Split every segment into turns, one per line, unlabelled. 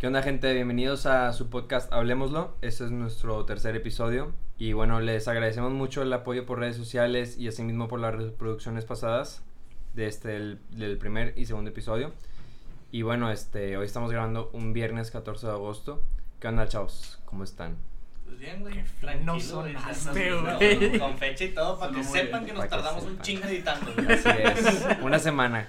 ¿Qué onda gente? Bienvenidos a su podcast Hablemoslo. Este es nuestro tercer episodio. Y bueno, les agradecemos mucho el apoyo por redes sociales y asimismo por las reproducciones pasadas de este, el- del primer y segundo episodio. Y bueno, este, hoy estamos grabando un viernes 14 de agosto. ¿Qué onda, chavos? ¿Cómo están?
Pues bien, güey.
No
Tranquilo,
sonaste,
estamos-
güey.
no, Con fecha y todo, para
Sonó
que
muy
sepan
bien.
que nos
Para que
tardamos un
sepan.
chingo editando. güey.
Así es. Una semana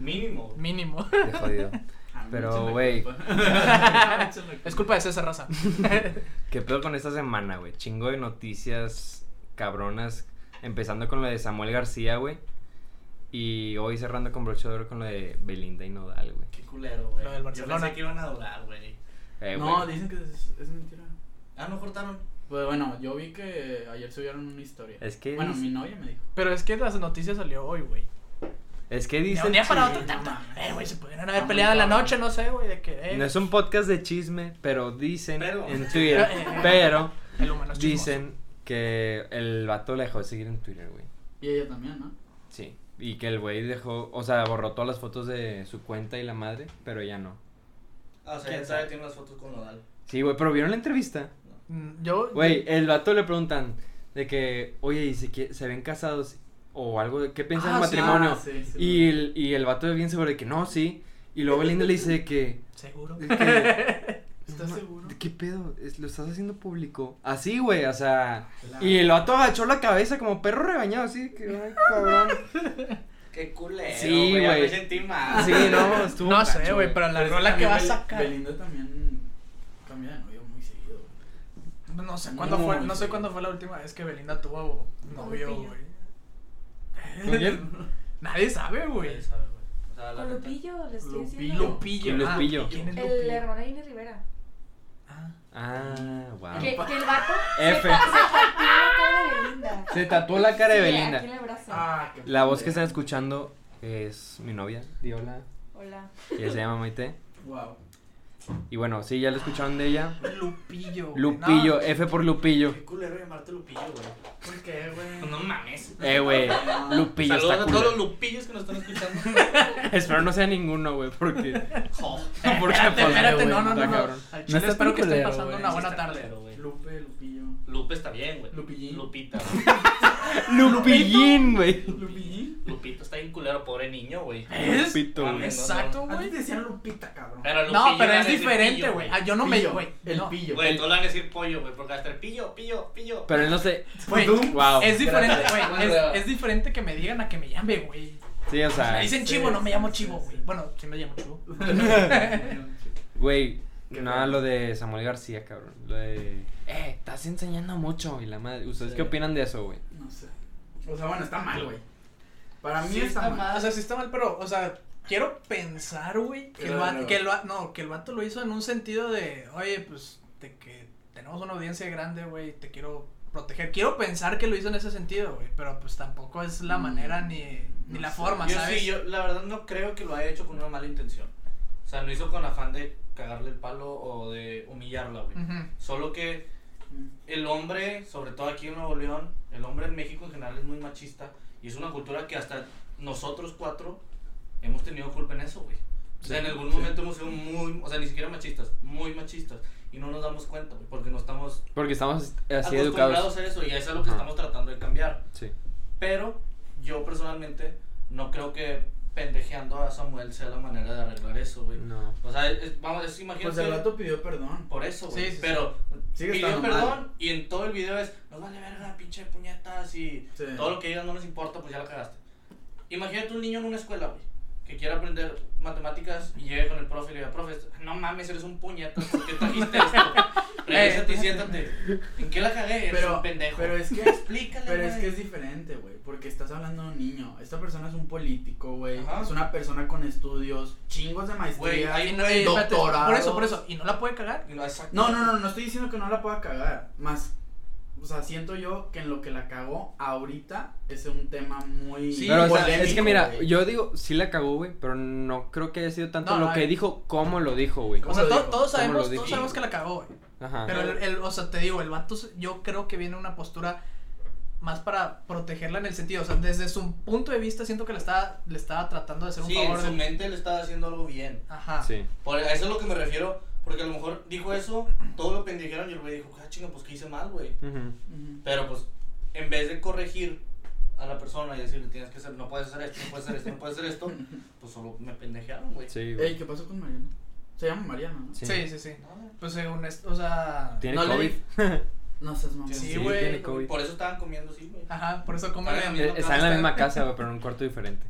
Mínimo.
Mínimo.
de jodido.
Ah,
Pero, güey,
Es culpa de César Raza.
¿qué pedo con esta semana, güey? Chingo de noticias cabronas. Empezando con la de Samuel García, güey. Y hoy cerrando con broche de oro con la de Belinda y Nodal, güey.
Qué culero, güey.
Lo del Barcelona.
Yo pensé que iban a durar, güey.
Eh,
No,
güey,
dicen que es, es mentira.
Ah, no cortaron.
Pues bueno, yo vi que ayer subieron una historia.
Es que
Bueno,
dice-
mi novia me dijo.
Pero es que las noticias salió hoy, güey.
Es que
De
dicen...
un día para
sí,
otro,
no
tanto.
mames.
Eh, güey, se pudieron haber
Está
peleado en
muy
la
cabrón.
noche, no sé, güey, de que. eh,
No es un podcast de chisme, pero dicen
Pero.
en Twitter, pero
El humano es chismoso.
dicen que el vato la dejó de seguir en Twitter, güey.
Y ella también, ¿no?
Sí. Y que el güey dejó, o sea, borró todas las fotos de su cuenta y la madre, pero ya no.
Ah, o sea,
¿Quién sabe?
ya todavía tiene las fotos con Nodal.
Sí, güey, pero vieron la entrevista.
Mm, Yo.
Güey, el vato le preguntan de que, oye, ¿y se, qui- se ven casados o algo? de- ¿Qué piensan del
Ah, sí.
matrimonio?
Ah, sí, sí,
y, el, y el vato es bien seguro de que no, sí. Y luego Belinda le dice de que...
Seguro.
de que
¿Estás
"No,
seguro?
¿Qué pedo? Es- ¿Lo estás haciendo público? Así, güey, o sea...
Claro.
Y el vato agachó la cabeza como perro rebañado, así que, ay, cabrón.
Qué culero.
Sí,
ya
güey.
Me sentí mal.
Sí, no, estuvo
No sé,
gacho,
güey, pero la
Pero
rola que
también
va a
Bel-
sacar.
Belinda también cambia de novio muy seguido. güey.
No sé cuándo
No,
fue, no
güey.
sé cuándo fue la última vez que Belinda tuvo novio,
Lupillo.
güey.
¿Con quién?
Nadie sabe, güey.
Nadie sabe, güey. O sea, la
Con
neta-
Lupillo, le estoy
Lupillo.
diciendo.
Lupillo.
¿Quién es
ah,
Lupillo?
¿Quién es
El
Lupillo?
hermano de Inés Rivera.
Ah.
Ah, wow.
Que, que el vato
F.
se, ta- se tatuó la cara de Belinda.
Se tatuó la cara de
Sí,
Belinda.
Aquí en el brazo.
Ah, qué
La voz que
pendejo.
están escuchando es mi novia, Diola.
Hola.
Ella se llama Maite.
Wow.
Y bueno, sí, ya lo escucharon de ella.
Lupillo. güey.
Lupillo,
No,
F por Lupillo.
Qué culero llamarte Lupillo, güey. Pues
¿Por qué, güey?
No mames.
Eh, güey,
Ah,
Lupillo
Saludos
está
a todos los
cool.
Lupillos que nos están escuchando.
Espero no sea ninguno, güey, porque...
Ah,
Jo.
Porque,
Espérate,
pues,
espérate,
güey,
no, no,
está
no, no.
cabrón.
Al
No
chile
está
espero que estén
culero,
pasando
güey.
una buena
Sí está
tarde.
culero, güey.
Lupe, Lupillo.
Lupe está bien, güey.
Lupillín.
Lupita.
Lupillín, güey.
¿Lupillín?
Lupito está bien culero, pobre niño, güey.
¿Es?
Lupito, güey.
Mames.
Exacto,
Antes
güey.
te decían Lupita, cabrón.
Pero Lupillo
No, pero
le
es
decían
diferente,
pillo,
güey. Ah, yo no me.
Pillo,
Güey,
El
no.
pillo.
Güey, todos le van a decir pollo, güey, porque va a estar pillo, pillo, pillo.
Pero él no sé...
Güey,
Wow.
es diferente, güey. Es,
Bueno.
es diferente que me digan a que me llame, güey.
Sí, o sea...
Me dicen
sí,
chivo, no me
sí,
llamo
sí,
chivo,
sí.
güey. Bueno, sí me llamo chivo.
Güey,
Qué
nada,
feo.
lo de Samuel García, cabrón. Lo de. Eh, estás enseñando mucho. Y la madre. ¿Ustedes
Sí.
qué opinan de eso, güey?
No sé. O sea, bueno, está mal, güey. Para mí
Sí
está, mal.
O sea, sí está mal, pero, o sea, quiero pensar, güey, que, el
Claro.
va- que, el va- no, que el vato lo hizo en un sentido de, oye, pues, de que tenemos una audiencia grande, güey, te quiero proteger. Quiero pensar que lo hizo en ese sentido, güey, pero pues tampoco es la
Mm,
manera ni, ni
no
la
sé.
forma,
yo
¿sabes?
sí, yo la verdad no creo que lo haya hecho con una mala intención. O sea, lo hizo con afán de cagarle el palo o de humillarla, güey.
Ujú.
Solo que el hombre, sobre todo aquí en Nuevo León, el hombre en México en general es muy machista y es una cultura que hasta nosotros cuatro hemos tenido culpa en eso, güey. O sea,
Sí,
en algún
sí.
momento hemos sido muy, o sea, ni siquiera machistas, muy machistas y no nos damos cuenta, güey, porque no estamos
Porque estamos así
acostumbrados
educados.
a eso y eso es lo que
Ajá.
estamos tratando de cambiar.
Sí.
Pero yo personalmente no creo que pendejeando a Samuel sea la manera de arreglar eso, güey.
No.
O sea, es- vamos, es, imagínate
Pues el vato pidió perdón.
por eso, güey.
Sí, sí, sí.
pero
Sigue
pidió
estando
perdón
mal.
y en todo el video es, no vale verga, pinche puñetas y
Sí.
todo lo que digas no nos importa, pues ya la cagaste. Imagínate un niño en una escuela, güey, que quiera aprender matemáticas y llegue con el profe y le diga, profe, no mames, eres un puñetas, ¿por qué trajiste esto? Regrésate y siéntate. ¿En qué la cagué? Eres
Pero-
un pendejo.
pero es que-
Explícale,
Pero es
güey.
que es diferente, güey, porque estás hablando de un niño. Esta persona es un político, güey.
Ajá.
Es una persona con estudios, chingos de
Güey,
maestría.
hay-
Y no- eh, espérate,
doctorados.
Por eso, por eso. ¿Y no la puede cagar?
Y lo- exacto.
No, no, no, no estoy diciendo que no la pueda cagar. Más, o sea, siento yo que en lo que la cagó ahorita es un tema muy.
Sí,
pero, o sea,
polémico,
es que mira,
güey.
yo digo, sí la cagó, güey, pero no creo que haya sido tanto
No,
lo
no,
que
eh.
dijo como lo dijo, güey.
O
¿Cómo
sea,
lo
to-
dijo?
todos
¿Cómo lo
sabemos,
dijo?
todos sabemos que la cagó, güey.
Ajá.
Pero, el, el- o sea, te digo, el vato, se- yo creo que viene una postura más para protegerla en el sentido, o sea, desde su punto de vista siento que le estaba, le estaba tratando de hacer un
Sí, en
favor.
su
de-
mente le estaba haciendo algo bien.
Ajá.
Sí.
Por, a eso es lo que me refiero Porque a lo mejor dijo eso, todo lo pendejearon y el güey dijo, ah, chinga, pues que hice mal, güey.
Ujú.
Ujú.
Pero pues, en vez de corregir a la persona y decirle, tienes que hacer, no puedes hacer esto, no puedes hacer esto, no puedes hacer esto, pues solo me pendejearon, güey.
Sí, güey.
Ey, ¿qué pasó con Mariana? Se llama Mariana, ¿no?
Sí.
Sí, sí, sí.
Nada.
Pues según esto, o sea.
¿Tiene
No le-
COVID?
No seas mamón.
Sí, Ah.
Sí,
güey.
tiene COVID.
Por eso estaban comiendo así, güey.
Ajá, por eso como
Para
le-
mí-
Eh, Está en la misma casa, güey, pero en un cuarto diferente.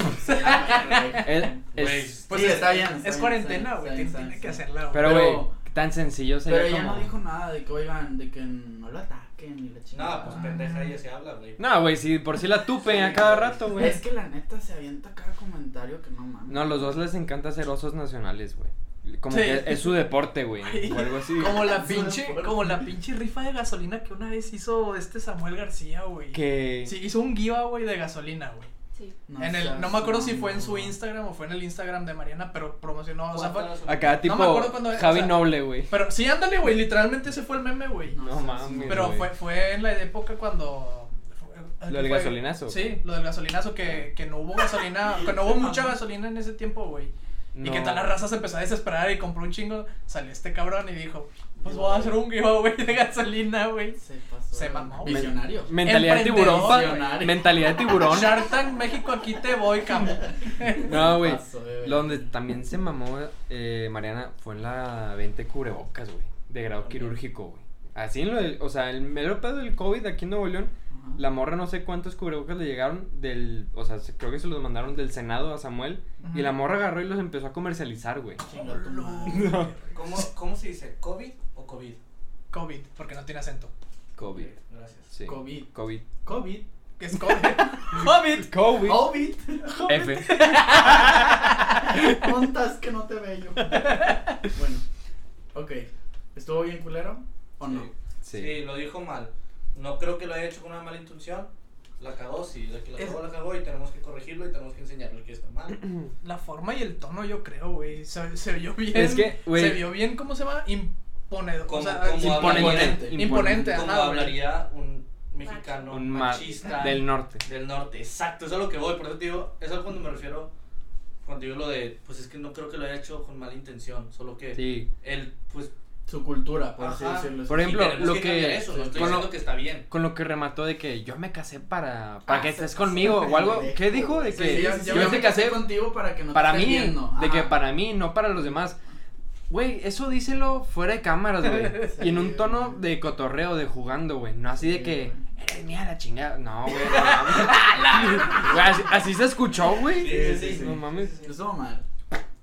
Ujú.
Es- es-
Güey,
Pues
Sí,
es,
está bien, está
es
bien,
cuarentena,
está
güey.
bien,
Tiene,
está bien,
tiene que
está
hacerla, güey.
Pero, güey,
Pero-
tan sencillo sería
Pero ella
como...
no dijo nada de que, oigan, de que no lo ataquen ni la chingada.
Nada, pues pendeja ella se habla, güey.
No, güey, si por si la tupen a cada rato, güey.
Es que la neta se avienta cada comentario que no mames.
No, a los dos les encanta ser osos nacionales, güey. Como
Sí.
que es, es su deporte, güey. O algo así.
Como la
Sí.
pinche, como la pinche rifa de gasolina que una vez hizo este Samuel García, güey.
Que...
Sí, hizo un giveaway de gasolina, güey.
Sí.
No
en el,
seas
no me acuerdo si fue en su
mamón.
Instagram o fue en el Instagram de Mariana, pero promocionó, o sea, fue-
Acá tipo
me acuerdo cuando- o
Javi
sea-
Noble, güey.
pero sí, ándale, güey, literalmente ese fue el meme, güey.
No
seas
mames,
mamón.
pero
güey.
fue, fue en la época cuando fue- eh,
¿Lo del
fue-
gasolinazo?
Sí, lo del gasolinazo que, que no hubo gasolina, que no hubo mucha gasolina en ese tiempo, güey. Y
No.
que tal la raza se empezó a desesperar y compró un chingo. Salió este cabrón y dijo, pues voy a hacer un giveaway de gasolina, güey.
Se pasó.
Se
de-
mamó.
Visionario.
Mentalidad de tiburón, pa-
Emprendedor.
Mentalidad de tiburón.
Shark Tank México, aquí te voy, cabrón.
No, güey.
Pasó de ver-
Lo Donde también se mamó eh, Mariana fue en la 20 cubrebocas, güey. De grado
También.
quirúrgico, güey. Así en lo del, O sea, el mero pedo del COVID aquí en Nuevo León.
Ajá.
La morra no sé cuántos cubrebocas le llegaron del. O sea, se- creo que se los mandaron del Senado a Samuel. Y la morra agarró y los empezó a comercializar, güey.
Chinga tu madre.
No.
¿Cómo, ¿Cómo se dice? ¿COVID o COVID?
COVID, porque no tiene acento.
COVID.
Gracias.
Sí.
COVID.
COVID.
COVID.
Que es COVID. COVID. Oh.
COVID.
COVID.
F.
Contas que no te veo. bueno, ok. ¿Estuvo bien culero o no?
Sí.
Sí.
Sí, lo dijo mal. No creo que lo haya hecho con una mala intención. La cagó, sí. La que la
Es-
cagó, la cagó y tenemos que corregirlo y tenemos que enseñarle que está mal.
La forma y el tono, yo creo, güey. Se, se vio bien.
Es que, güey.
Se vio bien, ¿cómo se llama? Imponedor.
Como-
o sea,
como
Imponente.
Imponente.
Imponente,
Como
ajá. güey.
hablaría un mexicano
Un ma-
machista
Del norte.
del norte. Exacto, eso es a lo que voy. Por eso te digo, eso es cuando me refiero. Cuando digo lo de, pues es que no creo que lo haya hecho con mala intención. Solo que
Sí.
él, pues.
Su cultura, por así
Ajá.
decirlo.
Por ejemplo,
y tenemos
lo que-
cambiar Eso, no estoy
con lo-
diciendo que está bien.
Con lo que remató de que yo me casé para, para
Ah,
que
se
estés
pasó
conmigo
de
o algo.
pendejo,
¿Qué dijo? De
Sí,
que
sí,
yo,
sí, sí, me
te casé
contigo para que no te
para
esté
mí.
viendo.
De que
Ajá.
para mí, no para los demás. Güey, eso díselo fuera de cámaras, güey.
Sí,
Y en un tono
güey.
de cotorreo, de jugando, güey. No así de
Sí,
que eres mía la chingada. No, güey. no mames. Güey, así, así se escuchó, güey.
Sí, sí, sí.
No mames.
Estuvo mal.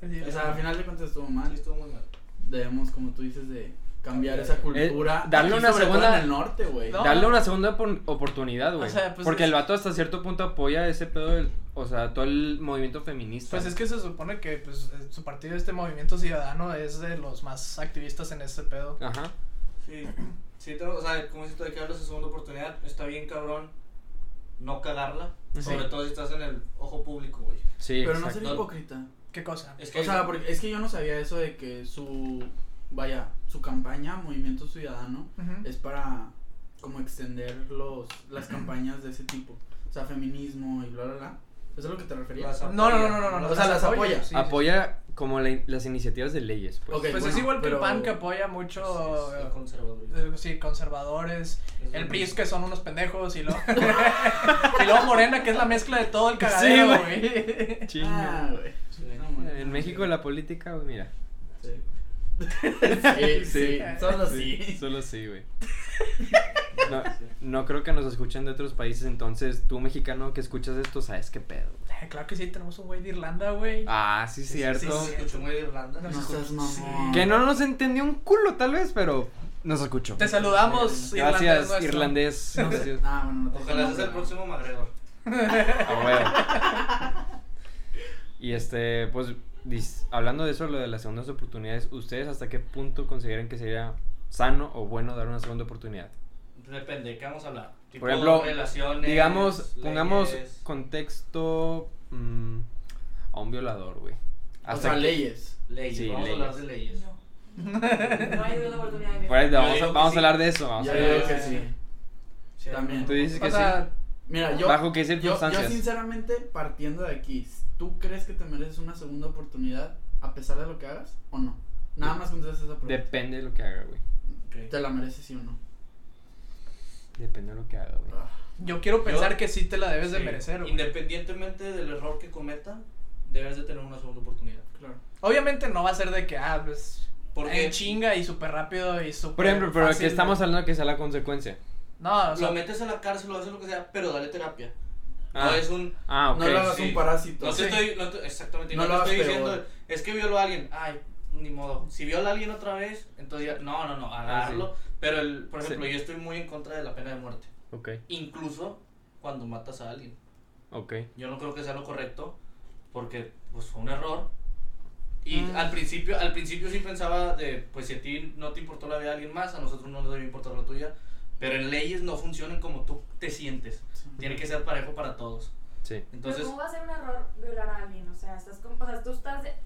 O sea, al final de cuentas estuvo
Sí,
mal.
estuvo muy mal.
Debemos, como tú dices, de cambiar esa cultura.
Eh, darle
Aquí,
una
sobre todo
segunda-
en el norte, güey.
No.
Darle una segunda opor- oportunidad, güey.
O sea, pues
Porque
es-
el vato hasta cierto punto apoya ese pedo del. O sea, todo el movimiento feminista.
Pues es que se supone que pues, eh, su partido, este movimiento ciudadano, es de los más activistas en este pedo.
Ajá.
Sí, sí, tengo- o sea, como dices tú, hay que darle su segunda oportunidad. Está bien, cabrón, no cagarla.
Sí.
Sobre todo si estás en el ojo público, güey.
Sí,
Pero no
exacto.
ser hipócrita.
¿Qué cosa?
Es que
O sea, porque es que yo no sabía eso de que su. Vaya, su campaña, Movimiento Ciudadano,
Ujú.
es para como extender los, las campañas de ese tipo. O sea, feminismo y bla, bla, bla. ¿Eso es a lo que te referías?
Las
Ok,
No, no, no, no, no, no.
O sea, las
sí,
apoya.
sí, sí.
apoya como la- las iniciativas de leyes, pues.
Ok.
Pues es
bueno,
igual que
pero-
el PAN que apoya mucho.
es el conservadurismo.
eh, Sí, conservadores,
Es
el
lo
PRI
mismo.
que son unos pendejos y luego, y luego Morena que es la mezcla de todo el cagadero,
Sí,
güey.
Ah, güey.
Sí.
No, güey.
En México la política, güey, mira.
Sí. sí, sí, solo sí.
Solo sí, güey. No, no creo que nos escuchen de otros países, entonces tú mexicano que escuchas esto sabes qué pedo. güey.
Eh, Claro que sí, tenemos un güey de Irlanda, güey.
Ah, sí, cierto.
Sí, sí, se escuchó muy de Irlanda.
No seas
mamón.
mamón.
Que no nos entendió un culo tal vez, pero nos escuchó.
Te saludamos, Irlandés
Gracias,
nuestro.
irlandés. Gracias.
Ah, bueno, no te
Ojalá seas el próximo Magregor.
A huevo. Y este, pues, dis- hablando de eso, lo de las segundas oportunidades, ¿ustedes hasta qué punto consideran que sería sano o bueno dar una segunda oportunidad?
Depende, ¿de ¿qué vamos a hablar? Tipo,
Por ejemplo,
relaciones,
Digamos, pongamos
leyes.
contexto mm, a un violador, güey.
O
Hasta
sea,
que-
leyes.
Leyes,
Sí,
vamos a hablar de
leyes.
leyes.
No. No hay una oportunidad de ver.
Por ahí,
Yo
vamos,
digo
a,
que
vamos a
sí.
hablar de eso. vamos a
Ya
hablar de
digo
eso.
que sí.
Sí,
También.
no.
Tú dices que
O sea,
Mira, yo.
¿Bajo qué
yo- Yo,
circunstancias?
sinceramente, partiendo de aquí, ¿tú crees que te mereces una segunda oportunidad a pesar de lo que hagas o no? Nada más contestas esa pregunta.
Depende de lo que haga, güey.
¿Te la mereces sí o no?
Depende de lo que haga, güey.
Ah,
Yo quiero pensar
Yo-
que sí te la debes de
Sí,
merecer, güey.
Independientemente del error que cometa, debes de tener una segunda oportunidad.
Claro.
Obviamente no va a ser de que, ah, pues.
Porque
en chinga y súper rápido y súper.
Por ejemplo, pero
fácil,
que estamos
güey.
hablando que sea la consecuencia.
No, o sea,
lo metes a la cárcel, lo haces lo que sea, pero dale terapia. No
Ah,
es un.
ah ok.
No lo hagas
sí.
un parásito.
No
Sí.
te estoy. No te- exactamente.
No
No, te
lo
estoy
hagas
diciendo.
peor.
Es que violó a alguien. Ay, ni modo. Si viola a alguien otra vez, entonces ya. No, no, no.
Ah,
Agarrarlo. Pero, el, por
Sí.
ejemplo, yo estoy muy en contra de la pena de muerte.
Ok,
Incluso cuando matas a alguien.
ok.
Yo no creo que sea lo correcto, porque pues fue un error. Y
Ah.
Mm.
al principio, al principio sí pensaba de, pues si a ti no te importó la vida de alguien más, a nosotros no nos debe importar la tuya. Pero en leyes no funcionan como tú te sientes.
Sí.
Tiene que ser parejo para todos.
Sí.
Entonces,
Entonces,
¿cómo va a ser un error violar a alguien? O sea, estás con- o sea tú estás, estás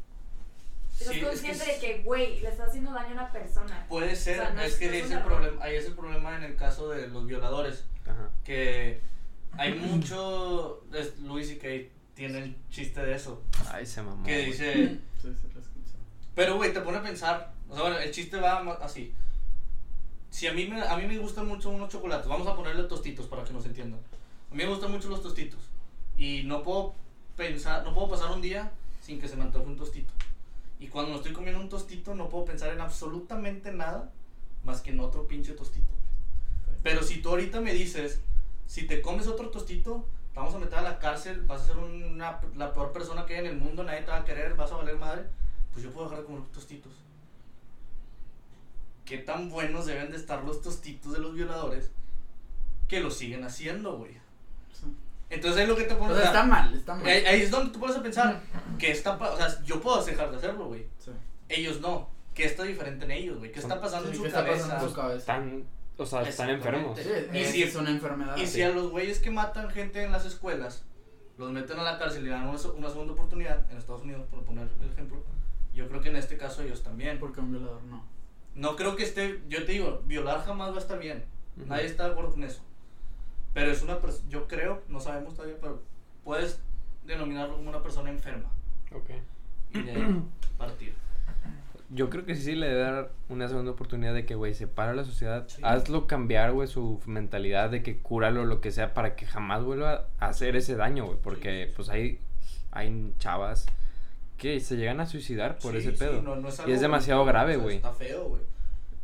Sí, es que
consciente
es-
de que, güey, le estás haciendo daño a una persona.
puede ser,
O sea, no
es
es-
que
no es
ese
un
el
error.
problema, ahí es el problema en el caso de los violadores,
Ajá.
que hay mucho, es- Luis y Kate tiene el chiste de eso,
Ay, se mamó.
que
güey.
dice,
Sí, sí, lo escuché.
Pero, güey, te pone a pensar. O sea, bueno, el chiste va ma- así. Si a mí, me, a mí me gustan mucho unos chocolates, vamos a ponerle tostitos para que nos entiendan. A mí me gustan mucho los tostitos. Y no puedo pensar, no puedo pasar un día sin que se me antoje un tostito. Y cuando me estoy comiendo un tostito, no puedo pensar en absolutamente nada más que en otro pinche tostito. Pero si tú ahorita me dices, si te comes otro tostito, te vamos a meter a la cárcel, vas a ser una, la peor persona que hay en el mundo, nadie te va a querer, vas a valer madre, pues yo puedo dejar de comer tostitos. ¿Qué tan buenos deben de estar los tostitos de los violadores que lo siguen haciendo, güey?
Sí.
Entonces ahí lo que te pones
O sea, está mal, está mal.
ahí, ahí es donde tú pones a pensar que está, pa- o sea, yo puedo dejar de hacerlo, güey.
Sí.
Ellos no. ¿Qué está diferente en ellos, güey? ¿Qué está pasando
Sí,
en su
¿qué
cabeza?
Está pasando en su cabeza?
Están, o sea, están enfermos.
Exactamente.
Sí,
Y
es,
si-
es una
Ah,
enfermedad.
Y si a los güeyes que matan gente en las escuelas los meten a la cárcel y dan una, se- una segunda oportunidad, en Estados Unidos, por poner el ejemplo, yo creo que en este caso ellos también.
Porque un violador no.
No creo que esté, yo te digo, violar jamás va a estar bien.
Ujú.
Nadie está de acuerdo con eso. Pero es una persona, yo creo, no sabemos todavía, pero puedes denominarlo como una persona enferma.
Ok.
Y de ahí partir.
Yo creo que sí le debe dar una segunda oportunidad de que, güey, separa la sociedad.
Sí.
Hazlo cambiar, güey, su mentalidad de que cúralo, lo que sea, para que jamás vuelva a hacer ese daño, güey. Porque,
Sí, sí,
pues, hay, hay chavas que se llegan a suicidar por
Sí,
ese
sí,
pedo.
no- no es
y
algo
es demasiado
bonito,
grave,
o sea,
güey.
Está feo, güey.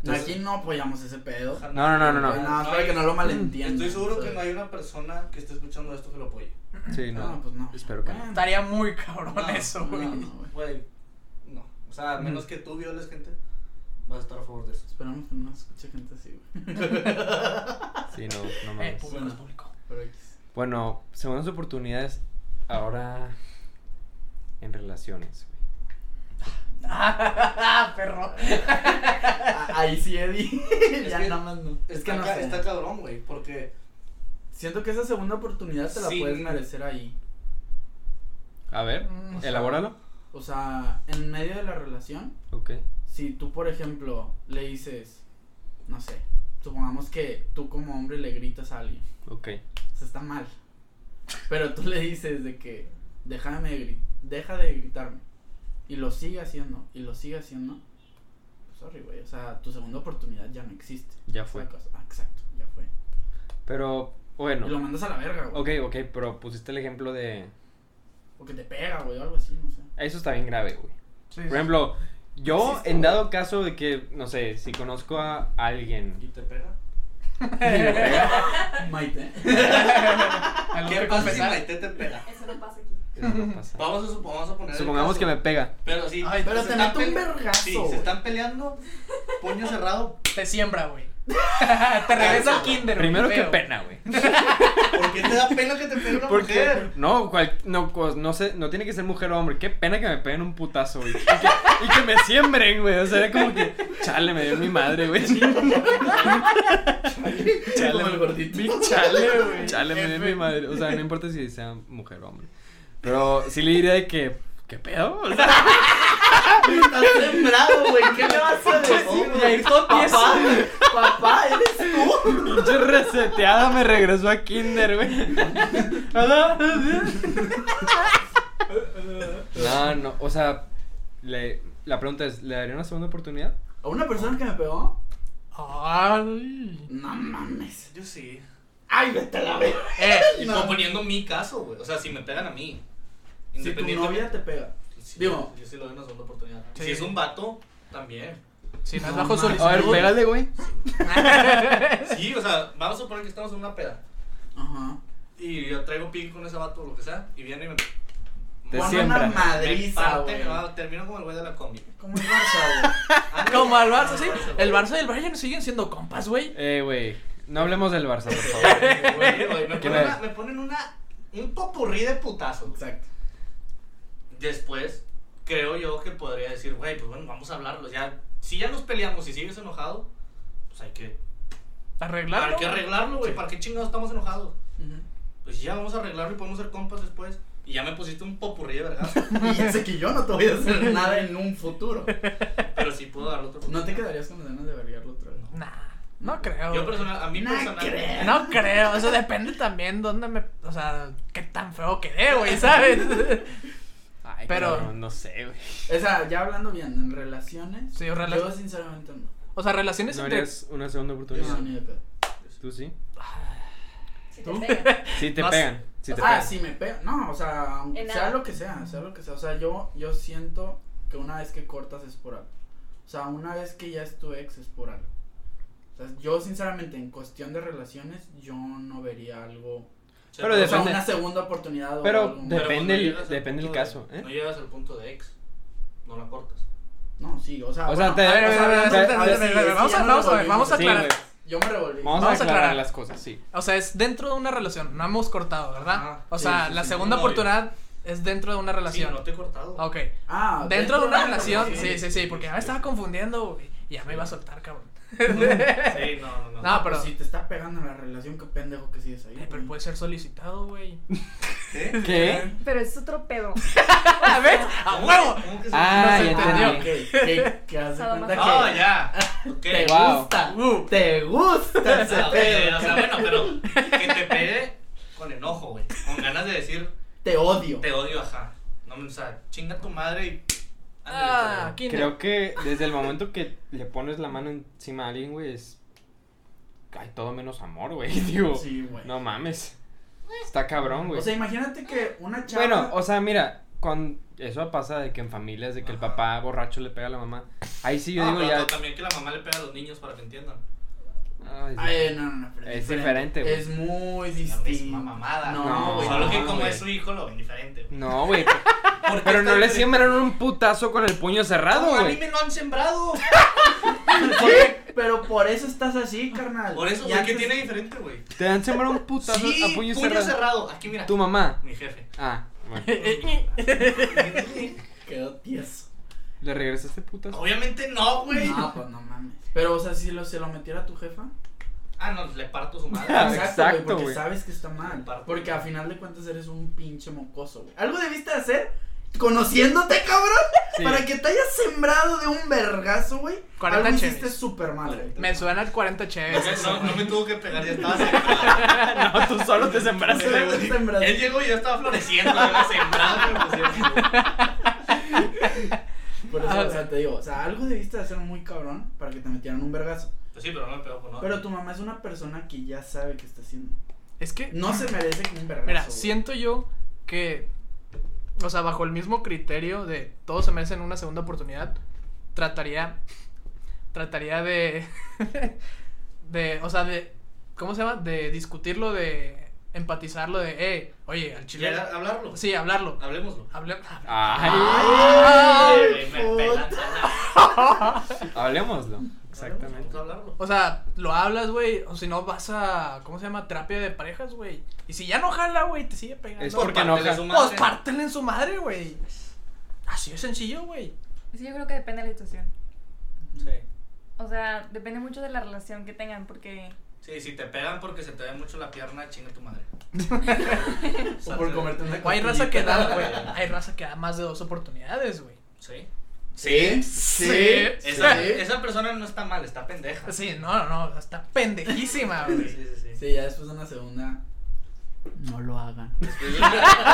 Entonces-
Aquí no apoyamos ese pedo.
Ojalá
No, no, no, no,
Nada
no.
más para que no lo malentiendan.
Estoy seguro que
¿sabes?
no hay una persona que esté escuchando esto que lo apoye.
Sí, no.
No, pues no.
Espero que no.
Bueno,
Estaría muy cabrón
No,
eso, güey.
no, no, güey. Mm.
Güey, no. O sea, a menos que tú violes gente, vas a estar a favor de eso.
Esperamos que no escuche gente así, güey.
Sí, no, no
Eh,
mames.
público es público.
Pero X.
Bueno, segundas oportunidades ahora en relaciones, güey.
Ah, perro.
A- Ahí sí, Eddie.
Es
ya
que-
nada más no. Es que
Está
no
ca-
sé.
Está cabrón, güey, porque
Siento que esa segunda oportunidad te la
Sí.
puedes merecer ahí.
A ver,
Mm.
elabóralo.
O sea, en medio de la relación,
Ok.
si tú, por ejemplo, le dices, no sé, supongamos que tú como hombre le gritas a alguien,
Ok.
o sea, Pues está mal. Pero tú le dices de que, déjame de gri- deja de gritarme. Y lo sigue haciendo, y lo sigue haciendo. Pues, Sorry, güey, o sea, tu segunda oportunidad ya no existe.
Ya fue.
Sacas- Ah, exacto, ya fue.
Pero,
Y lo
bueno.
mandas a la verga, güey.
Ok, ok, pero pusiste el ejemplo de...
O que te pega, güey, o algo así, no sé.
Eso está bien grave, güey.
Sí,
Por ejemplo, yo
Existe,
en
güey.
dado caso de que, no sé, si conozco a
y
alguien...
te pega.
Maite.
Algo
¿Qué pasa
que
si
confesar.
Maite te pega?
Eso no pasa aquí.
Eso no pasa.
Vamos a, sup- vamos a poner el
Supongamos
caso.
que me pega.
Pero sí,
Ay,
Pero
se
te
están
meto un
pele-
vergazo,
Sí, se
güey.
están peleando, puño cerrado.
Te siembra, güey. te regresa al kinder, güey,
Primero, qué
feo.
pena, güey.
¿Por qué te da pena que te pegue una
Porque
mujer?
no, cual- no, cos- no sé, no tiene que ser mujer o hombre. Qué pena que me peguen un putazo, güey. Y que, y que me siembren, güey. O sea, era como que, chale, me dio mi madre, güey. chale,
Como el gordito.
mi- chale, güey. Chale, me dio
F.
mi madre. O sea, no importa si sea mujer o hombre. Pero sí le diría de que, ¿qué pedo? O sea,
Estás sembrado, güey. ¿Qué le vas a decir,
Y ahí todo tieso.
Papá, papá, eres tú.
pinche reseteada me regresó a Kinder, güey. No, no, o sea, le, La pregunta es, ¿le daría una segunda oportunidad?
¿A una persona que me pegó?
Ay.
No mames.
Yo sí.
Ay, vete a la verga.
Eh, y
No.
como poniendo mi caso, güey. O sea, si me pegan a mí.
Si tu novia te pega.
Sí,
digo-
Yo sí le doy una segunda oportunidad.
Sí.
Si es un vato, también.
Si no es
No
bajo
mames.
solicitud.
A ver, pégale,
güey.
Sí, o sea, vamos a suponer que estamos en una peda.
Ajá.
Y yo traigo pique con ese vato o lo que sea. Y viene y me.
Te
Pon
Bueno,
siembra.
una
me
madriza,
parte,
güey.
me va- termino como el güey de la combi.
Como el Barça,
Ándale.
Como al Barça, sí.
Como
El Barça y el Bayern siguen siendo compas, güey.
Eh, güey, no hablemos del Barça, por favor.
Güey, güey, Me
¿Quién
ponen
es?
una- me ponen una. Un popurrí de putazos.
güey. Exacto.
Después, creo yo que podría decir, güey, pues bueno, vamos a hablarlos. Ya, si ya nos peleamos y sigues enojado, pues hay que,
Arreglarlo.
hay que arreglarlo, güey. ¿Para qué chingados estamos enojados?
Ujú.
Pues ya vamos a arreglarlo y podemos ser compas después. Y ya me pusiste un popurrí de verdad.
Y ya sé que yo no te voy a hacer nada en un futuro.
pero sí puedo darle otro
¿No te quedarías con las ganas de vergarlo otra vez?
Nah, no creo.
Yo
güey.
personal, a mí
No creo.
personal.
No creo, eso depende también dónde me, o sea, qué tan feo quedé, güey, ¿sabes?
Ay,
Pero-
cabrón, no sé, güey.
O sea, ya hablando bien, en relaciones.
Sí,
relaciones. Yo
relaciones,
sinceramente no.
o sea, relaciones
¿No
entre
harías una segunda
No,
oportunidad?
ni de pedo.
¿Tú sí?
Si
¿Tú?
te pega.
Sí, te
Vas-
pegan. Sí, te
ah,
pegan.
sí me pego. No, o sea, aunque
En
sea
nada.
lo que sea, sea lo que sea. O sea, yo, yo siento que una vez que cortas es por algo. O sea, una vez que ya es tu ex es por algo. O sea, yo sinceramente en cuestión de relaciones yo no vería algo.
Pero
o sea,
depende-
una segunda oportunidad o
pero
algo.
de- Depende el-
llegas al
depende el
punto de-
caso, ¿eh?
No llegas al punto de ex. No la cortas.
No, sí, o sea.
O sea,
bueno,
te-
a-
A ver, a ver, a ver,
o sea,
espérate,
a ver,
espérate,
sí,
espérate,
sí,
vamos
ya
a-
nos
vamos a-
revolvimos.
vamos a
Sí,
aclarar.
güey.
Yo me revolví.
Vamos,
Vamos a
a aclarar,
aclarar.
las cosas, sí.
O sea, es dentro de una relación, no hemos cortado, ¿verdad?
Ajá,
o
sí,
sea,
sí,
la
sí,
segunda
no,
oportunidad es dentro de una
Sí,
relación.
no te he cortado.
Ok.
Ah,
Dentro de una relación, sí, sí, sí, porque ya me estaba confundiendo, güey. Y ya me iba a soltar, cabrón.
Sí, no, no, no.
No,
Pero
pero,
si te está pegando en la relación, qué pendejo que sigues ahí.
eh, pero
güey.
puede ser solicitado, güey.
¿Qué?
¿Qué?
Pero es otro pedo.
A ver, a huevo.
¿Cómo que se-
Ah,
No se
ya
entendió.
entendí.
Que, que, que haz de cuenta que
Oh, ya. Ok.
te
Wow.
gusta,
Uh.
te gusta ese
Ah, ok,
pedo,
o sea, bueno, pero que te pegue con enojo, güey. Con ganas de decir,
te odio.
te odio, ajá. No, me- o sea, chinga tu madre y. pues,
Ah, aquí no.
Creo que desde el momento que le pones la mano encima a alguien, güey, es. Hay todo menos amor, güey. Digo,
Sí, güey.
no mames. Está cabrón, güey.
o sea, imagínate que una chava.
Bueno, o sea, mira, cuando eso pasa de que en familias, de que el
Ajá.
papá borracho le pega a la mamá. Ahí sí yo
Ah,
digo
pero
ya.
También que la mamá le pega a los niños para que entiendan.
Ay,
Ay, eh. no, no, no, pero
Es diferente, güey.
Es muy
La
distinto.
misma mamada.
No,
No, güey.
Solo
no,
que como
güey.
es su hijo lo ven diferente, güey.
No, güey.
¿Por qué
Pero
está
no le
diferente?
siembraron un putazo con el puño cerrado,
No, A mí
güey.
me lo han sembrado.
Porque- e-, Pero por eso estás así, carnal.
Por eso,
Y
güey, ¿qué
antes-
tiene diferente, güey?
Te han sembrado un putazo
Sí,
a puño, cerrado.
Aquí, mira.
Tu mamá.
Mi jefe.
Ah, bueno.
Quedó tieso.
Le regresaste putazo.
Obviamente no, güey.
No, pues no mames. Pero, o sea, si lo, se lo metiera a tu jefa.
Ah, no, le parto su
Ah,
madre.
Exacto, güey,
exacto,
porque
güey.
sabes que está mal.
Comparto.
Porque a final de cuentas eres un pinche mocoso, güey. Algo debiste hacer conociéndote, cabrón,
Sí.
para que te hayas sembrado de un vergazo, güey.
40
Algo
cheves.
hiciste súper mal, güey.
Me suena el 40
No,
chéves.
no, no me tuvo que pegar, ya estaba sembrado.
No, tú solo te sembraste.
Solo te sembraste.
Él llegó y ya estaba floreciendo, ya sembrado. floreciendo.
Por eso,
Ah,
o sea, te digo, o sea, algo debiste hacer muy cabrón para que te metieran un vergazo.
Pues sí, pero no me pegó con otro.
Pero tu mamá es una persona que ya sabe qué está haciendo.
Es que
No se merece que un vergazo.
Mira,
güey.
siento yo que, o sea, bajo el mismo criterio de todos se merecen una segunda oportunidad, trataría, trataría de, de, o sea, de, ¿cómo se llama? De discutirlo, de empatizarlo, de, eh, oye, al chile.
Llegar a hablarlo.
Sí, hablarlo.
Hablemoslo.
Hable-
Ay,
Ay,
Güey, me pelan.
hablemoslo. Exactamente.
Vamos a hablarlo.
O sea, lo hablas, güey, o si no vas a, ¿cómo se llama? Terapia de parejas, güey. Y si ya no jala, güey, te sigue pegando.
Es
Por
porque
parte
no
de
ja-
su madre.
Pues pártele en su madre, güey. Así de sencillo, güey.
Sí, yo creo que depende de la situación.
Sí.
O sea, depende mucho de la relación que tengan, porque.
Sí, si te pegan porque se te ve mucho la pierna, chinga tu madre.
O por comerte una
O hay raza que
costillita.
da, güey. Hay raza que da más de dos oportunidades, güey.
Sí.
Sí, sí.
Sí.
Esa,
sí.
esa persona no está mal, está pendeja.
Sí, no, no, no. o sea, Está pendejísima,
Sí,
güey.
sí, sí.
Sí, ya después de una segunda. No lo hagan.
Después de una-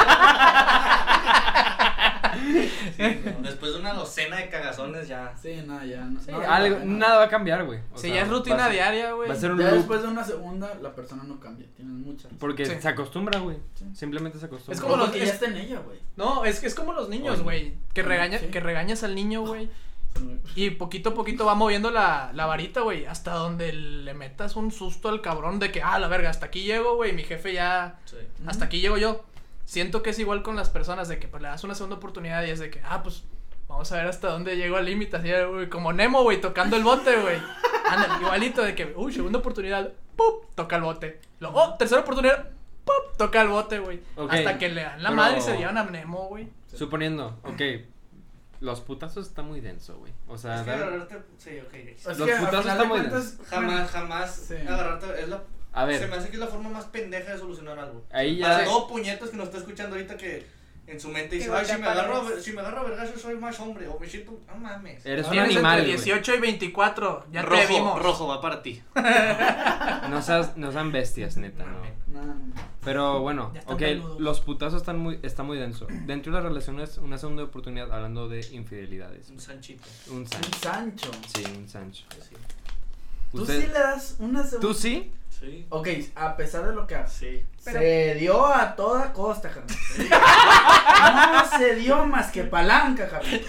Después de una docena de cagazones ya.
Sí, nada, ya. No,
Sí,
no,
ya.
Algo,
no, no.
nada va a cambiar, güey. O
Si
sea,
ya es rutina
va a-
diaria, güey.
Va a ser un
Ya
loop
después de una segunda, la persona no cambia. Tienes muchas.
porque
Sí.
se acostumbra, güey.
Sí.
Simplemente se acostumbra.
Es como los-
que ya está en ella, güey.
No, es que es como los niños,
Oye.
güey. Que,
Sí.
regaña, que regañas al niño, güey.
O sea, no-
Y poquito a poquito va moviendo la, la varita, güey. Hasta donde le metas un susto al cabrón de que, ah, la verga, hasta aquí llego, güey. Mi jefe ya.
Sí.
Hasta aquí llego yo. Siento que es igual con las personas de que pues, le das una segunda oportunidad y es de que, ah, pues vamos a ver hasta dónde llego al límite. Así, güey, como Nemo, güey, tocando el bote, güey. Anda, igualito de que, uy, segunda oportunidad, ¡pup! Toca el bote. Luego, oh, tercera oportunidad, ¡pup! Toca el bote, güey.
Ok,
Hasta que le dan la
pero-
madre y se llevan a Nemo, güey.
Suponiendo, ok. Los putazos está muy denso, güey. O sea,
Es que
dar-
agarrarte. Sí, ok.
Es que
Los putazos
al final
están
de
muy
cuentas,
Jamás, jamás
Sí.
agarrarte. Es la,
a
Se me Ah,
ver,
hace que es la forma más pendeja de solucionar algo.
ahí ya.
Para todo puñetas que nos está escuchando ahorita que en su mente dice,
Que
ay, si
voltea
me agarro, a
paredes".
ver- si me agarro a vergas, yo soy más hombre. O me siento. No mames.
Eres un
Tienes
animal,
entre
güey.
18 y 24, ya
rojo,
te vimos.
rojo, va para ti.
No, seas- no sean bestias, neta, no.
Mames.
No, no, no.
Pero bueno,
Ya está
ok,
peludo.
los putazos están muy, está muy denso. Dentro de las relaciones, una segunda oportunidad hablando de infidelidades.
Un sanchito.
Un
Un
Sancho.
Sancho.
Sí, un Sancho.
Sí.
Tú
Usted-
sí le das una segunda.
¿Tú sí?
Sí.
Ok, a pesar de lo que hace.
Sí.
Se dio a toda costa, carnal. No se dio más que palanca, carnal.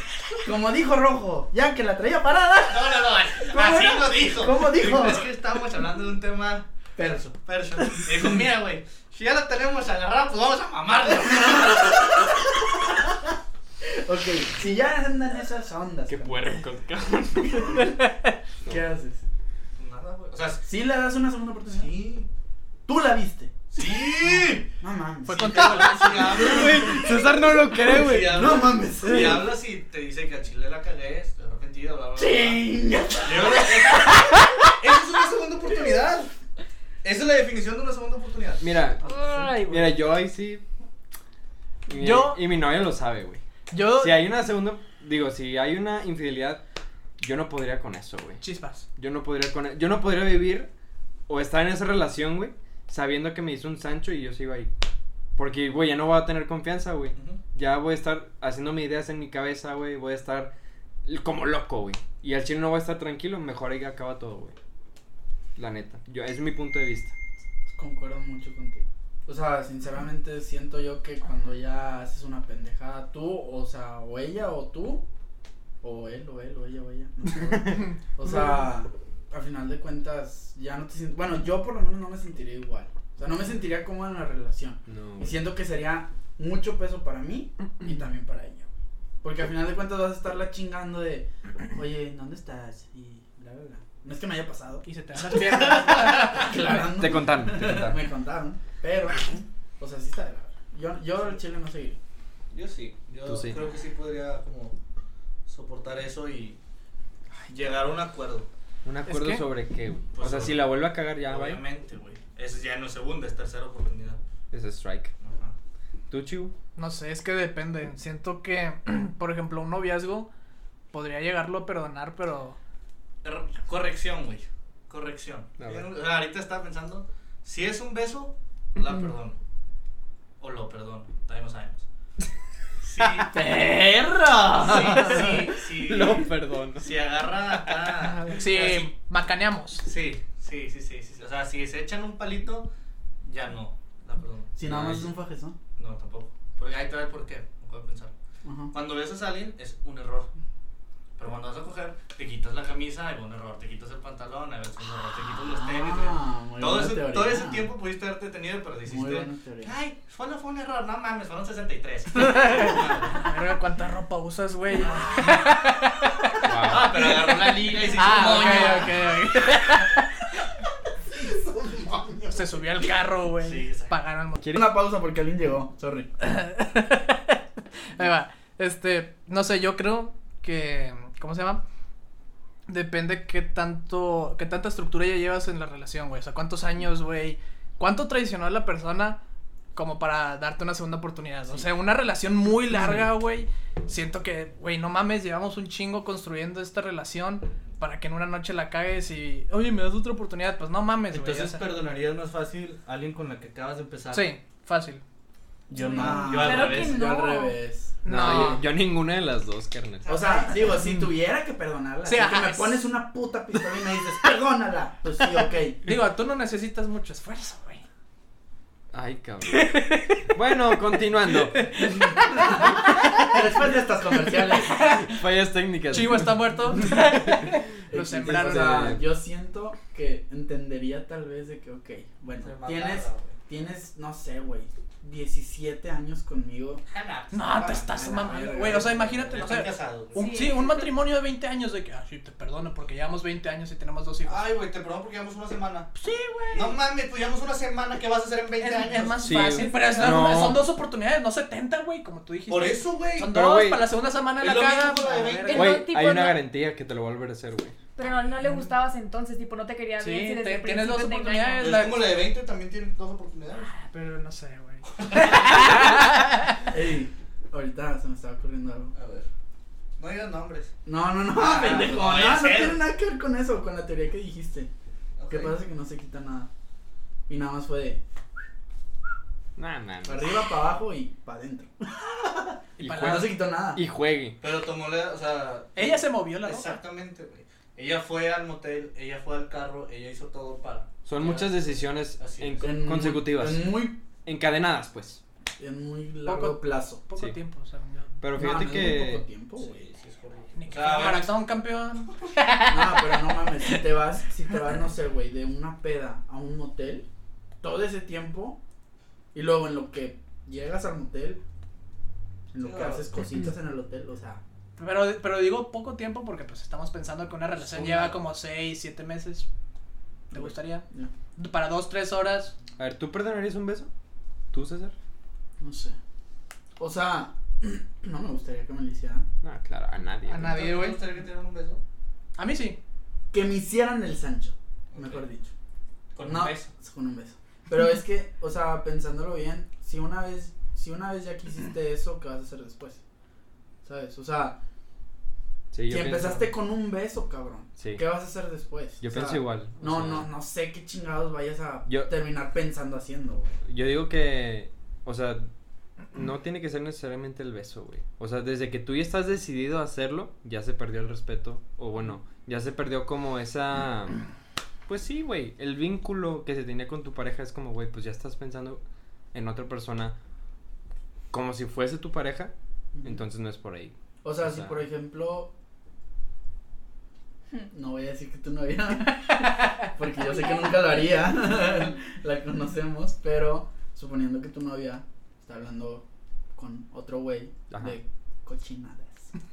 Como dijo Rojo, ya que la traía parada.
No, no, no. Así
era?
lo dijo.
¿Cómo dijo?
Es que estábamos hablando de un tema
Perso.
personal. Y Dijo, mira, güey, si ya la tenemos agarrada, pues vamos a mamarla.
Ok, si ya andan esas ondas. carnal,
puercos,
¿Qué haces?
Nada, güey. O sea,
¿Sí le das una segunda oportunidad?
sí.
Tú la viste.
Sí.
No mames.
Fue
Sí,
contigo,
güey, sí habla.
César no lo cree,
Sí
güey.
habla.
No mames.
Y hablas y te dice que a Chile la cagué, estoy arrepentido, bla, bla, bla.
Chinga.
Yo creo que Esa esa es una segunda oportunidad. Esa es la definición de una segunda oportunidad.
Mira,
Ay, güey.
mira, yo ahí sí. Y mi-
Yo-
Y mi novia lo sabe, güey.
Yo.
Si hay una segunda. Digo, si hay una infidelidad, yo no podría con eso, güey.
Chispas.
Yo no podría con Yo no podría vivir o estar en esa relación, güey, sabiendo que me hizo un Sancho y yo sigo ahí. Porque, güey, ya no voy a tener confianza, güey.
Ujú.
Ya voy a estar haciéndome ideas en mi cabeza, güey. Voy a estar l- como loco, güey. Y al chino no voy a estar tranquilo. Mejor ahí acaba todo, güey. La neta. Yo, es mi punto de vista.
Concuerdo mucho contigo. O sea, sinceramente siento yo que cuando ya haces una pendejada, tú, o sea, o ella o tú, o él, o él, o ella, o ella. no sé. o sea, al final de cuentas, ya no te sientes. Bueno, yo por lo menos no me sentiría igual. O sea, no me sentiría cómodo en la relación.
No.
Y siento que sería mucho peso para mí y también para ella. Porque al final de cuentas vas a estarla chingando de, oye, ¿dónde estás? Y bla, bla, bla. No es que me haya pasado.
Y se te dan las piernas.
Aclarando.
Ah, Te contaron, te contaron.
Me contaron, pero, o sea, sí está de la verga. Yo, yo el chile no seguiré.
Yo sí, yo
Tú sí.
creo que sí podría como soportar eso y llegar a un acuerdo.
¿Un acuerdo
que-
sobre qué, güey?
Pues
o sea,
sobre-
si la vuelvo a cagar ya, güey.
Obviamente, güey. Esa ya no es segunda, es tercera oportunidad.
Es strike.
Ajá.
¿Tú, Chivo?
No sé, es que depende. Siento que, por ejemplo, un noviazgo podría llegarlo a perdonar, pero.
Er- Corrección, güey. Corrección.
A ver.
Yo, ah, ahorita estaba pensando, si es un beso, la perdono. O lo perdono, todavía no sabemos. Sí,
¡Perro!
sí, sí, sí.
No, perdón.
Si agarra acá.
Sí,
así.
macaneamos.
Sí, sí, sí, sí, sí. O sea, si se echan un palito, ya no. La perdono.
Si nada más es un fajezón.
No, tampoco. Porque ahí te va el porqué. Me acabo de pensar.
Ajá.
Cuando besas a alguien es un error. Pero cuando vas a coger, te quitas la camisa, hay un error. Te quitas el pantalón, hay un error. Te quitas los tenis. güey.
Ah, muy
todo,
buena
ese,
teoría.
todo ese tiempo pudiste haberte tenido, pero
Muy
hiciste.
buena teoría.
Ay, solo fue un error. No mames, fueron 63.
Verga, cuánta ropa usas, güey.
ah, pero agarró la liga y se hizo un moño.
Ah, ok, ok, ok. Se subió al carro, güey.
Sí, exacto.
Pagaron el motor.
¿Quieres?
Una pausa porque alguien llegó, sorry.
Ahí va. Este, no sé, yo creo que. ¿Cómo se llama? Depende qué tanto. qué tanta estructura ya llevas en la relación, güey. O sea, cuántos años, güey. ¿Cuánto traicionó a la persona como para darte una segunda oportunidad? O sea, una relación muy larga, güey. Siento que, güey, no mames, llevamos un chingo construyendo esta relación para que en una noche la cagues y. Oye, me das otra oportunidad. Pues no mames, güey.
Entonces
o sea,
perdonarías más fácil a alguien con la que acabas de empezar.
sí, fácil.
Yo
Sí.
no.
Ah,
yo al
Claro que
revés.
Yo al
No.
revés.
No,
No.
Yo, yo ninguna de las dos, carnal.
O sea, digo, si tuviera que perdonarla,
Sí,
si
ajá,
que me
es-
pones una puta pistola y me dices, perdónala, pues sí, ok.
Digo, tú no necesitas mucho esfuerzo, güey.
Ay, cabrón. bueno, continuando.
Después de estas comerciales.
Fallas técnicas.
Chivo está muerto. Lo
eh,
sembraron.
o sea, yo siento que entendería tal vez de que, ok, bueno, tienes, tienes, no sé, güey, 17 años conmigo.
No, te estás mamando, güey. O sea, imagínate, no sé.
casado.
Un, sí.
Sí.
un matrimonio de 20 años de que, ah, sí, te perdono porque llevamos 20 años y tenemos dos hijos.
Ay, güey, te perdono porque llevamos una semana. Sí, güey. No mames, pues llevamos una semana. ¿Qué vas a hacer en 20
es,
años?
es más
Sí,
fácil, pero es-
no.
son dos oportunidades, no 70, güey, como tú dijiste.
Por eso, güey.
Son
Pero,
dos,
güey,
para la segunda semana
es
la
lo mismo
caga.
con la de 20.
Pero,
Güey,
tipo,
hay una
no-
garantía que te lo va a volver a hacer, güey.
Pero no, no le gustabas entonces, tipo, no te querías
Sí,
bien. si desde
te-
el
tienes dos
principio te
oportunidades.
engañan.
Es como la de 20 también tiene dos oportunidades.
Ah, Pero no sé, güey.
Ey, ahorita se me estaba ocurriendo algo.
A ver. No digas nombres.
No, no, no,
Ah,
pendejo.
no
No,
puede
no
ser.
tiene nada que ver con eso, con la teoría que dijiste.
Ok.
Que pasa que no se quita nada. Y nada más fue de
Nah, man.
para arriba, para abajo y para adentro.
Y,
Y para
juegue-
No se quitó nada.
y juegue.
Pero tomó la. O sea.
Ella se movió la ropa.
Exactamente, güey. Ella fue al motel, ella fue al carro, ella hizo todo para.
Son muchas decisiones
Así
en-
es.
En muy-
consecutivas.
En muy,
Encadenadas, pues.
en muy largo
Poco-
plazo.
Poco
Sí.
tiempo, o sea, yo...
Pero
No,
fíjate
no es muy
que.
poco tiempo, güey.
Oh, Sí, sí, es horrible.
Ni que
O sea,
fuera maratón campeón.
No, pero no mames, si te vas, si te vas, no sé, güey, de una peda a un motel, todo ese tiempo, y luego en lo que llegas al motel, en lo que
No.
haces cositas en el hotel, o sea,
Pero, pero digo poco tiempo porque pues estamos pensando que una relación
Sí.
lleva como 6, 7 meses. ¿Te gustaría?
ya,
Para 2, 3 horas.
A ver, ¿tú perdonarías un beso? ¿Tú, César?
no sé. O sea, no me gustaría que me lo hicieran.
No, claro, a nadie.
A
güey.
nadie.
¿Te
güey.
gustaría que te dieran un beso?
A mí sí.
Que me hicieran el Sancho, mejor
Ok.
dicho.
Con
No,
un beso.
es Con un beso. Pero es que, o sea, pensándolo bien, si una vez, si una vez ya quisiste eso, ¿qué vas a hacer después? ¿Sabes? O sea,
Sí, yo
si
pienso-
empezaste con un beso, cabrón,
Sí.
¿qué vas a hacer después?
Yo
O sea,
pienso igual. o
No,
sea,
no, no sé qué chingados vayas a
Yo-
terminar pensando haciendo, güey.
Yo digo que, o sea, no tiene que ser necesariamente el beso, güey. O sea, desde que tú ya estás decidido a hacerlo, ya se perdió el respeto. O bueno, ya se perdió como esa... Pues sí, güey. El vínculo que se tenía con tu pareja es como, güey, pues ya estás pensando en otra persona como si fuese tu pareja. Entonces no es por ahí.
O sea,
o
si
sea-
por ejemplo. No voy a decir que tú no había. Porque yo sé que nunca lo haría. La conocemos, pero suponiendo que tu novia está hablando con otro güey
Ajá.
de cochinadas.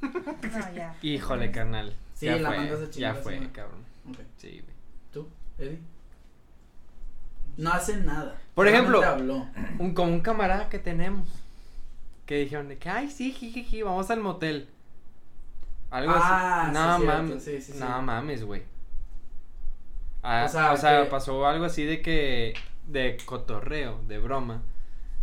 No, ya.
Híjole, carnal.
Sí, la mandas a
Ya
chingar a su
fue,
madre.
cabrón.
Ok.
Sí, güey.
¿Tú, Eddie? No hace nada.
Por ejemplo.
Solamente habló.
un, con un camarada que tenemos. Que dijeron de que, ay, sí, jijiji, vamos al motel. Algo
Ah,
así.
sí,
No
cierto,
mames.
sí, sí, sí.
No mames, güey. Ah,
O
o
sea,
sea,
que-
pasó algo así de que. De cotorreo, de broma.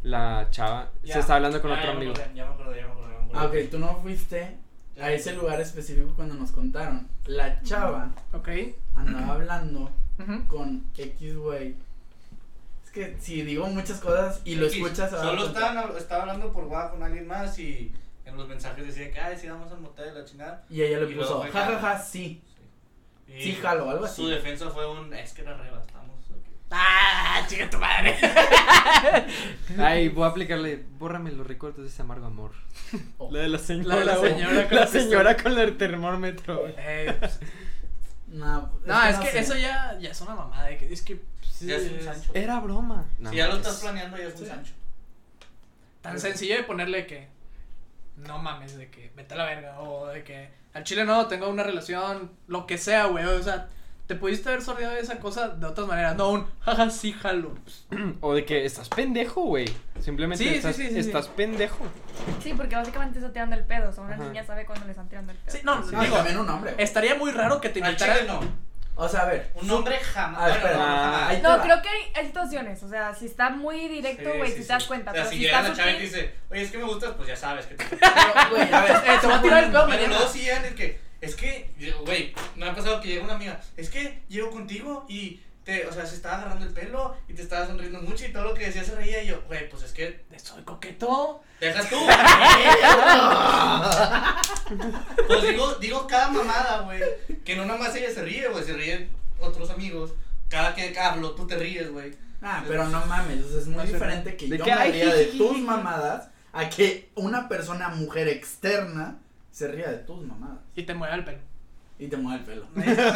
La chava se está hablando con
Ah,
otro
ya me
amigo.
acordé, Ya me acordé, ya me acordé. ya me acordé.
Ah, ok, tú no fuiste a ese lugar específico cuando nos contaron. La chava
Ok.
andaba hablando
Ujú.
con X güey. Es que si digo muchas cosas y lo
X,
escuchas ahora.
Solo estaban, hab- estaba hablando por WhatsApp con alguien más y en los mensajes decía que, ay, sí, vamos al motel, la chingada.
Y ella le
y
puso,
luego
ja,
fue
ja,
jalo".
ja, sí.
Y
Sí, jalo, algo así.
Su defensa fue un, es que era reba, estamos aquí".
¡Ah! ¡Chica tu madre!
Ay, voy a aplicarle. Bórrame los recuerdos de ese amargo amor.
Oh.
La de la señora.
La de la
güey.
señora con
La
el pistón.
señora con el termómetro, güey.
Eh, pues,
No,
no, es que
sé.
eso ya, ya es una mamada. de que- Es que. pues,
Ya es un Sancho.
Era broma. No
si ya lo
mames.
estás planeando, ya es un
Sí.
Sancho.
Tan sencillo de ponerle que. No mames, de que vete a la verga. O de que al chile no, tengo una relación. Lo que sea, güey. O sea, te pudiste haber sordeado de esa cosa de otras maneras. No, un jaja, sí, jalo.
O de que estás pendejo, güey. Simplemente
Sí, sí,
estás,
sí, sí, sí.
estás pendejo.
Sí, porque básicamente está tirando el pedo. O sea, una
Ajá.
niña sabe cuando le están tirando el pedo.
Sí, no,
Sí.
Ah, y
digo,
también un hombre. güey.
estaría muy raro que te
Al chile
invitaran.
no.
O sea, a ver.
Un hombre jamás.
A ver, Ah, espera.
bueno, no, jamás.
ahí te
No,
va.
creo que hay, hay situaciones. O sea, si está muy directo,
Sí,
güey,
sí,
si
sí.
te das cuenta.
O sea,
pero
si
si
llega
está
la chava y te
sutil-
dice, oye, es que me gustas, pues ya sabes que te.
Pero, güey, a ver.
Eh, te voy a tirar el pedo
Pero
mañana.
luego sí llegan el que, es que, yo, güey, me ha pasado que llega una amiga, es que llego contigo y te, o sea, se estaba agarrando el pelo y te estaba sonriendo mucho y todo lo que decía se reía. Y yo, güey, pues es que
Soy coqueto.
dejas tú. pues digo, digo cada mamada, güey. Que no nada más ella se ríe, güey, se ríen otros amigos. Cada que hablo, tú te ríes, güey.
Ah, pero no mames, o sea, es muy
No sé.
diferente que
¿De
yo
qué?
me
Ay,
ría de
jijiji.
tus mamadas a que una persona, mujer externa, se ría de tus mamadas
Y te mueve el pelo.
y te mueve el pelo.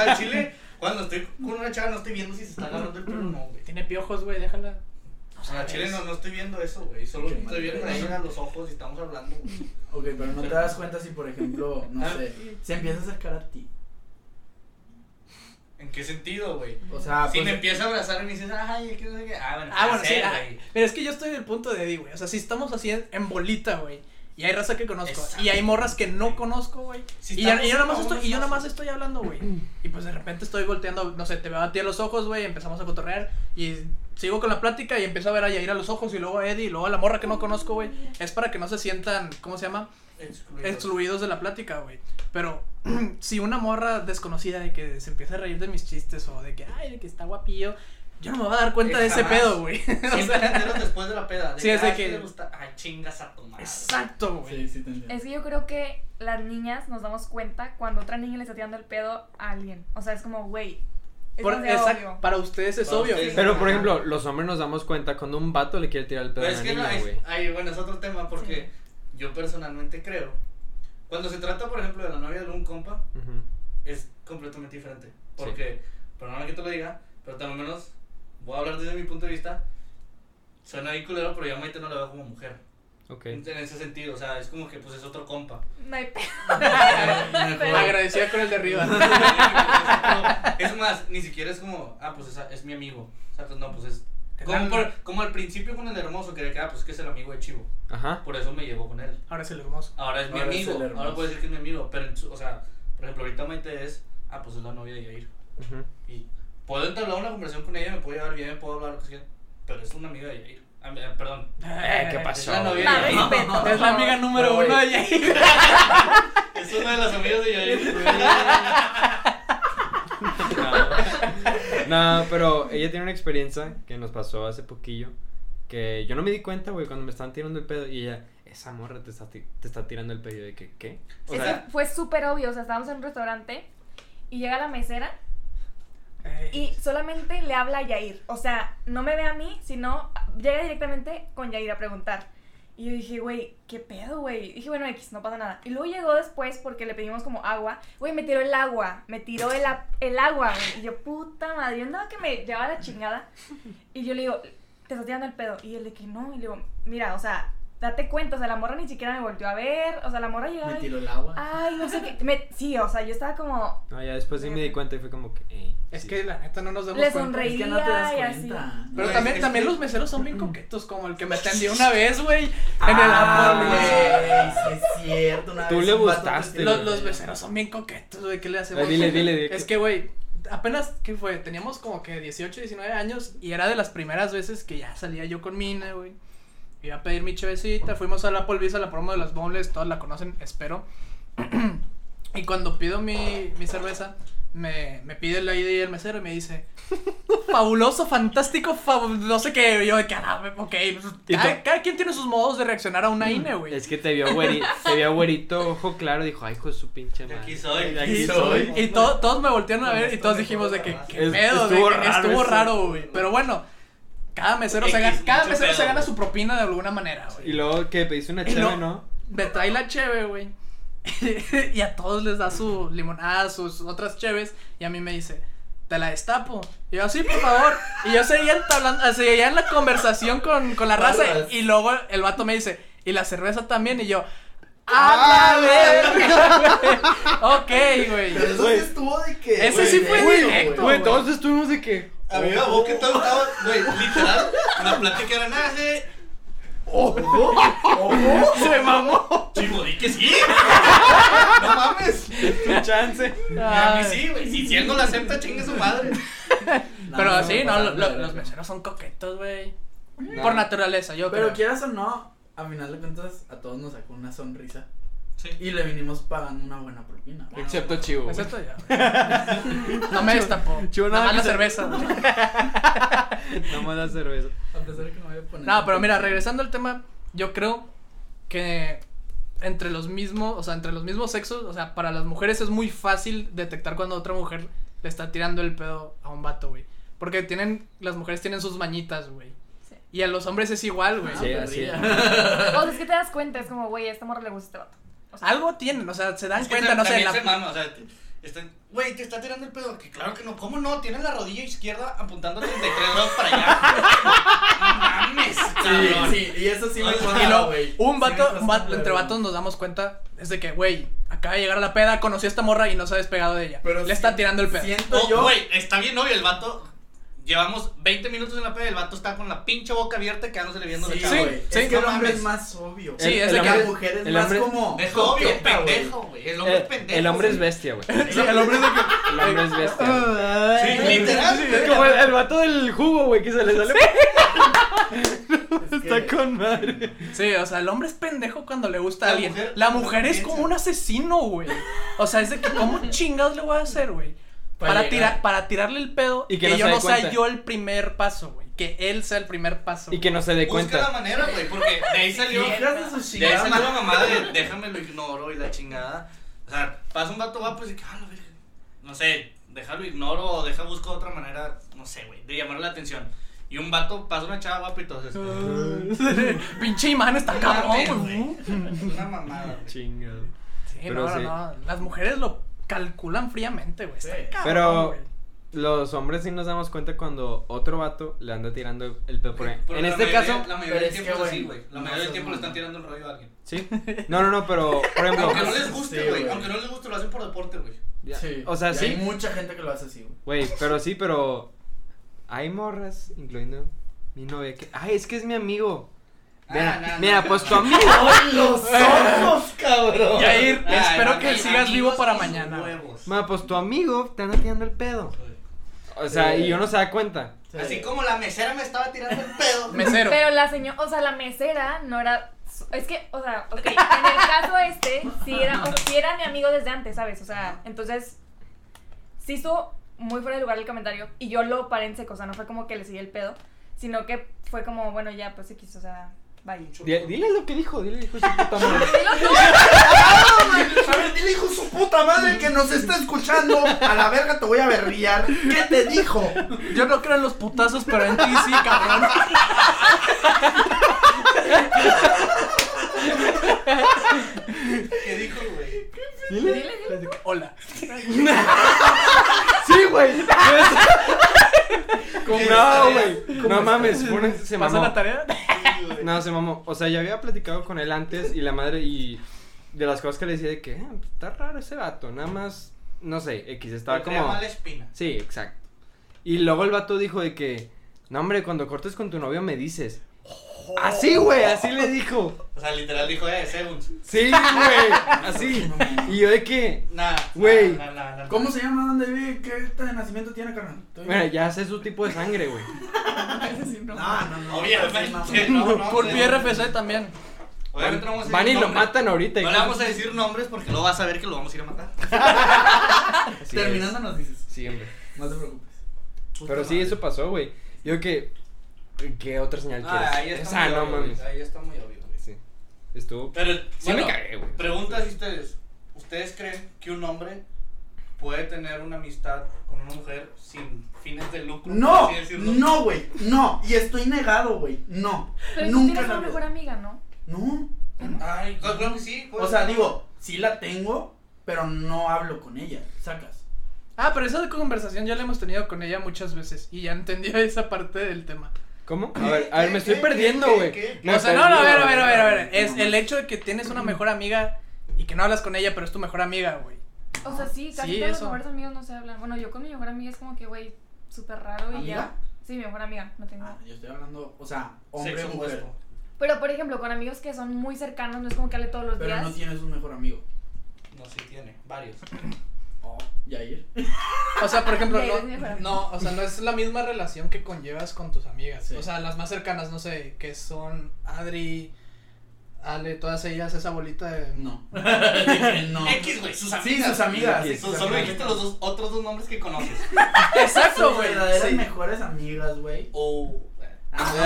Al chile, cuando estoy con una chava, no estoy viendo si se está agarrando el pelo o no, güey.
Tiene piojos, güey, déjala.
O sea, al chile no, no estoy viendo eso, güey. Solo
Qué mal
estoy viendo
pedo.
ahí a los ojos y estamos hablando, güey.
Ok, pero no te das cuenta si, por ejemplo, no
Ah.
sé, se empieza a acercar a ti.
¿En qué sentido, güey?
O sea,
si
pues,
me empieza a abrazar y me dices, ay, es que no sé qué. Ah, bueno,
Ah, bueno, sí.
puede ser,
ah,
güey.
pero es que yo estoy en el punto de Eddie, güey. O sea, si estamos así en, en bolita, güey. Y hay raza que conozco.
Exacto.
Y hay morras que no conozco, güey.
Si
y, ya-
estamos
y yo nada más
en
estoy,
un
y yo nada más
espacio.
estoy hablando, güey. Y pues de repente estoy volteando, no sé, te veo a ti a los ojos, güey, empezamos a cotorrear. Y sigo con la plática y empiezo a ver a Yair a los ojos y luego a Eddie y luego a la morra que no conozco, güey. Es para que no se sientan, ¿cómo se llama?
Excluido.
excluidos de la plática, güey. Pero si una morra desconocida de que se empieza a reír de mis chistes o de que, ay, de que está guapillo, yo no me voy a dar cuenta
Eh,
de ese
jamás.
pedo, güey. o
Siempre te
sea,
enteras después de la peda. De
Sí,
que,
es de
"Ah,
que-
le gusta. Ay, chingas a tu madre.
exacto, güey.
Sí, sí, te entiendo.
Es que yo creo que las niñas nos damos cuenta cuando otra niña le está tirando el pedo a alguien. O sea, es como, güey, es
Por-
demasiado
exacto,
obvio.
para ustedes es
Para
obvio.
ustedes.
Pero, por ejemplo, los hombres nos damos cuenta cuando un vato le quiere tirar el pedo
Pero
a
es
una
que no,
niña,
es,
güey.
ay, bueno, es otro tema porque yo personalmente creo. Cuando se trata, por ejemplo, de la novia de algún compa,
Ujú.
es completamente diferente. Porque, perdóname que te lo diga, pero tal menos voy a hablar desde mi punto de vista. Suena bien culero, pero yo a Maite no la veo como mujer.
Ok.
En ese sentido, o sea, es como que pues es otro compa.
No hay pedo.
Mejor-
Agradecida con el de arriba.
es más, ni siquiera es como, ah, pues esa- es, mi amigo. Sacas, no, pues es. Como, por- como al principio con el hermoso, que era que, ah, pues que es el amigo de Chivo.
Ajá.
Por eso me llevo con él.
Ahora es el hermoso.
Ahora es mi
Ahora es
amigo.
el hermoso.
ahora puedo decir que es mi amigo. Pero, en su- o sea, por ejemplo, ahorita Maite es, ah, pues es la novia de Yair.
ujú.
Y puedo entablar una conversación con ella, me puedo llevar bien, puedo hablar lo que sea. Pero es una amiga de Yair. Ah, eh, perdón.
Ay, ¿Qué
Eh, Es
pasó?
la novia
La
de Yair.
respeto.
Es la amiga número
No, güey.
uno de Yair.
Es una de las amigas de Yair.
No, pero ella tiene una experiencia que nos pasó hace poquillo. Que yo no me di cuenta, güey, cuando me estaban tirando el pedo. Y ella, esa morra te está, ti- te está tirando el pedo. Y yo de que, ¿qué? O
Eso
sea,
fue súper obvio. O sea, estábamos en un restaurante y llega la mesera y solamente le habla a Yair. O sea, no me ve a mí, sino llega directamente con Yair a preguntar. Y yo dije, güey, ¿qué pedo, güey? Dije, bueno, X, no pasa nada. Y luego llegó después porque le pedimos como agua. Güey, me tiró el agua. Me tiró el, a- el agua, güey. Y yo, puta madre. Yo andaba que me llevaba la chingada. Y yo le digo, te está tirando el pedo. Y él de que no. Y le digo, mira, o sea, date cuenta. O sea, la morra ni siquiera me volteó a ver. O sea, la morra llegaba.
Me
y-
tiró el agua.
Ay, no sé qué. me- sí, o sea, yo estaba como.
no, ya después sí me di cuenta y fue como que, "Ey,
Es
sí".
que la neta no nos damos
Le
cuenta.
sonreí.
Es que no te das
y así.
cuenta.
Pero
Güey,
también,
es
también
que-
los meseros son bien coquetos, como el que me atendió una vez, güey. En el amor, güey.
Ah, güey, sí es cierto. Una
Tú
vez
le
un vato
gustaste,
te-
güey.
Los, los becerros son bien coquetos, güey. ¿Qué le hacemos?
Eh, dile, dile, dile.
Es que, güey, apenas, ¿qué fue? Teníamos como que 18, 19 años y era de las primeras veces que ya salía yo con Mina, güey. Iba a pedir mi chevecita, fuimos a la polvisa, la promo de los bombles, todos la conocen, espero. y cuando pido mi, mi cerveza, me, me pide el ID del mesero y me dice, fabuloso, fantástico, fabu- no sé qué, yo de que, "Ah, ok,
Y
cada,
to-
cada quien tiene sus modos de reaccionar a una INE, güey.
Es que te vio, güeri- te vio güerito, ojo claro, dijo, ay, hijo de su pinche
De
madre.
aquí soy.
De
aquí
aquí
soy.
soy.
Y to- todos me voltearon a ver y
Esto
todos
me
dijimos de que,
acuerdo,
¿qué
es-
pedo? de
estuvo
que
raro
estuvo
eso.
raro, güey. Pero bueno, cada mesero, se
X,
gana, cada
mucho
mesero se
pedo,
gana
güey.
su propina de alguna manera,
Y
güey.
luego que pediste una
Y
chave,
luego-
¿no?
Me trae la cheve, güey. y a todos les da su limonada, sus otras cheves. Y a mí me dice, te la destapo. Y yo, sí, por favor. Y yo seguía entablando, ah, seguía en la conversación con, con la raza.
Barras.
Y luego el vato me dice, y la cerveza también. Y yo,
Ah,
¡A la verga, güey! Ok, güey.
Pero eso sí
Güey.
estuvo de que.
Ese sí
güey,
fue
güey,
directo.
güey.
Güey, todos estuvimos de que.
A mí me que todo estaba, güey, literal, la plática era nada, eh,
¡Se mamó!
chivo, di que sí. No mames.
¡Tu chance!
A mí
Ay.
sí, güey, si Ciego la acepta, chingue su madre.
No,
Pero
no,
sí,
no,
no, lo-
no,
lo-
no,
los
no.
meseros son coquetos, güey.
No.
Por naturaleza, yo
Pero
creo.
quieras o no, a final de cuentas, a todos nos sacó una sonrisa.
Sí.
Y le vinimos pagando una buena propina. güey.
Excepto Chivo. güey.
Excepto yo. güey. No me destapó.
Chivo,
Nada
nada
más la
que se-
cerveza. güey.
Nada más la cerveza.
A pesar de que no voy a poner.
No, pero mira, regresando al tema, yo creo que entre los mismos, o sea, entre los mismos sexos, o sea, para las mujeres es muy fácil detectar cuando otra mujer le está tirando el pedo a un vato, güey. Porque tienen, las mujeres tienen sus mañitas, güey.
Sí.
Y a los hombres es igual, güey.
Ah,
Sí, así
perrilla.
O sea, es que te das cuenta, es como, güey, a esta morra le gusta este vato. O sea,
Algo tienen, o sea, se dan
Es que
cuenta,
tam-
no sé.
también
la-
se mama, o sea, te- están- güey, te está tirando el pedo. Que claro que no. ¿Cómo no? Tienes la rodilla izquierda apuntando 33 grados para allá. No mames,
Sí,
cabrón.
sí, y eso sí me
Ay,
cuesta,
Y luego,
güey.
un
Sí me
vato,
cuesta
un va-
culero,
entre
güey.
vatos nos damos cuenta, es de que, güey, acaba de llegar a la peda, conocí a esta morra y no se ha despegado de ella.
Pero
le
sí-
está tirando el pedo. Oh,
Siento
O,
yo.
Oh, Güey, está bien obvio el vato. Llevamos 20 minutos en la peda y el vato está con la pinche boca abierta y quedándose le viendo
Sí,
la
sí,
cara.
güey.
sí,
es que
no
el hombre
mames.
es más obvio.
Sí,
el,
es de
el
que-
hombre, la mujer es
el
más
hombre-
como.
Es obvio,
coqueta, güey.
pendejo, güey. Eh, El hombre es pendejo.
Eh, El hombre es
güey.
bestia, güey.
Sí, el hombre es de que-
El hombre es bestia. güey.
Sí, literal.
Sí,
güey.
es como el, el vato del jugo, güey, que se le sale.
Es que-
Está con madre.
Sí, o sea, el hombre es pendejo cuando le gusta a
La
alguien.
mujer-
la mujer es
piensa.
como un asesino, güey. O sea, es de que cómo chingados le voy a hacer, güey.
Para
Para,
llegar.
tirar, para tirarle el pedo
Y
y
que
que,
no se
yo
dé
no sea
cuenta.
yo el primer paso, güey. Que él sea el primer paso.
Y que no se dé
Busca la
cuenta.
manera, güey, porque de ahí salió.
Hijas de su
De ahí
chingada
salió la
madre.
mamada de déjame lo ignoro y la chingada. O sea, pasa un vato guapo y dice, ah, la verga". No sé, déjalo ignoro o deja busco otra manera, no sé, güey, de llamar la atención. Y un vato pasa una chava guapa y entonces.
güey. Pinche imán Ah. está
Mames,
cabrón, güey.
Una mamada, güey.
Chingado.
Sí,
Pero
no, no,
sí.
no. Las mujeres lo calculan fríamente, güey. Está
Sí.
cabrón,
Pero-
güey.
Los hombres sí nos damos cuenta cuando otro vato le anda tirando el pedo por ahí.
Pero
En
la
este
mayoría-
caso,
La
pero
mayoría del
es
tiempo
que,
es así,
güey,
güey. La
no
mayoría del
seas
tiempo le están
mamón.
tirando el rollo a alguien.
sí. No, no, no, pues, pero por ejemplo,
Aunque no les
Sí,
guste, güey.
güey.
Aunque no les guste, lo hacen por deporte, güey.
ya,
Sí.
o sea,
y
sí.
Hay mucha gente que lo hace así, güey.
Güey, pero sí, pero hay morras, incluyendo mi novia que, ay, es que es mi amigo. Mira,
Ah, no,
mira,
no,
pues
no.
tu amigo.
los ojos, cabrón!
Yair,
Ay,
espero
no,
que
no,
sigas
amigos
vivo para
y sus
mañana.
huevos.
Ma, pues tu amigo te anda tirando el pedo. O sea,
Sí.
y uno se da cuenta.
Así como la mesera me estaba tirando el pedo.
Mesero.
Pero la señora, o sea, la mesera no era. su- Es que, o sea, ok, en el caso este, sí era, o sea, sí era mi amigo desde antes, ¿sabes? O sea, entonces, sí estuvo muy fuera de lugar el comentario y yo lo paré en seco, o sea, no fue como que le seguí el pedo, sino que fue como, bueno, ya, pues X, o sea, vaya.
Di- Dile lo que dijo, dile hijo de su puta madre.
A ver, dile, hijo de su puta madre que nos está escuchando. A la verga te voy a berrear. ¿Qué te dijo?
Yo no creo en los putazos, pero en ti sí, cabrón.
¿Qué dijo, güey?
Dile.
Hola.
Sí, güey. No,
estás?
güey. No mames, fue una- se
¿Pasa
mamó.
la tarea?
No, se mamó. O sea, ya había platicado con él antes y la madre y de las cosas que le decía de que "Eh, está raro ese vato, nada más no sé, X estaba
Te traía
como
mala espina.
Sí, exacto. Y luego el vato dijo de que, "No, hombre, cuando cortes con tu novio me dices." Así, güey, así le dijo.
O sea, literal dijo, eh, segundos.
Sí, güey, así. Y yo de que,
Nah.
Güey.
nah, nah, nah, nah.
¿Cómo se llama? ¿Dónde vive? ¿Qué acta de nacimiento tiene, carnal? ¿Tú
mira,
vives?
ya sé su tipo de sangre, güey.
Ah,
No, no, no.
Obviamente. No, no,
Por
no.
PRFC también.
Obviamente no vamos a decir
Van y lo
nombres.
matan ahorita.
No le vamos a decir nombres porque luego vas a ver que lo vamos a ir a matar.
Así es.
Terminando nos dices.
Sí, hombre.
No te preocupes.
Pero sí, eso pasó, güey. Yo que. ¿Qué otra señal quieres?
Ah, ahí está
Esa,
muy
no
obvio, güey.
mames.
Ahí está muy obvio, güey.
Sí. Estuvo.
Pero,
Sí
bueno,
me cagué, güey.
Preguntas ustedes. ¿Ustedes creen que un hombre puede tener una amistad con una mujer sin fines de lucro?
No,
por así decirlo?
no, güey. No. Y estoy negado, güey. No.
Pero tú
Nunca
tienes
la
una
veo.
mejor amiga, ¿no?
No.
Ay, yo creo Pues, que sí. puede
O sea,
ser.
digo, sí la tengo, pero no hablo con ella. Sacas.
Ah, pero esa conversación ya la hemos tenido con ella muchas veces y ya entendió esa parte del tema.
¿Cómo? A ver, a
¿Qué?
ver, me estoy
¿Qué?
perdiendo,
¿Qué?
güey.
¿Qué?
Me
o sea,
perdí,
no, no, a ver, a
güey.
ver, a ver, a ver. Es el hecho de que tienes una mejor amiga y que no hablas con ella, pero es tu mejor amiga, güey.
O sea, sí, casi
Sí,
todos
eso.
los mejores amigos no se hablan. Bueno, yo con mi mejor amiga es como que, güey, súper raro y
¿Amiga?
ya. Sí, mi mejor amiga, no tengo.
Ah, yo estoy hablando, o sea, hombre,
Sexo
mujer.
opuesto.
Pero por ejemplo, con amigos que son muy cercanos, no es como que hable todos los
Pero
días.
no tienes un mejor amigo.
No, sí tiene, varios.
Oh, Yair.
O sea, por ejemplo,
Sí,
no,
es mi mejor amiga.
no, o sea, no es la misma relación que conllevas con tus amigas.
Sí.
O sea, las más cercanas, no sé, que son Adri, Ale, todas ellas, esa bolita de.
No. Dije, no.
X, güey, sus amigas.
Sí, sus amigas.
X.
sus
So- Solo
amigas.
dijiste los dos, otros dos nombres que conoces.
Exacto,
Sus
güey.
verdaderas
Sí.
mejores amigas, güey.
O.
No sé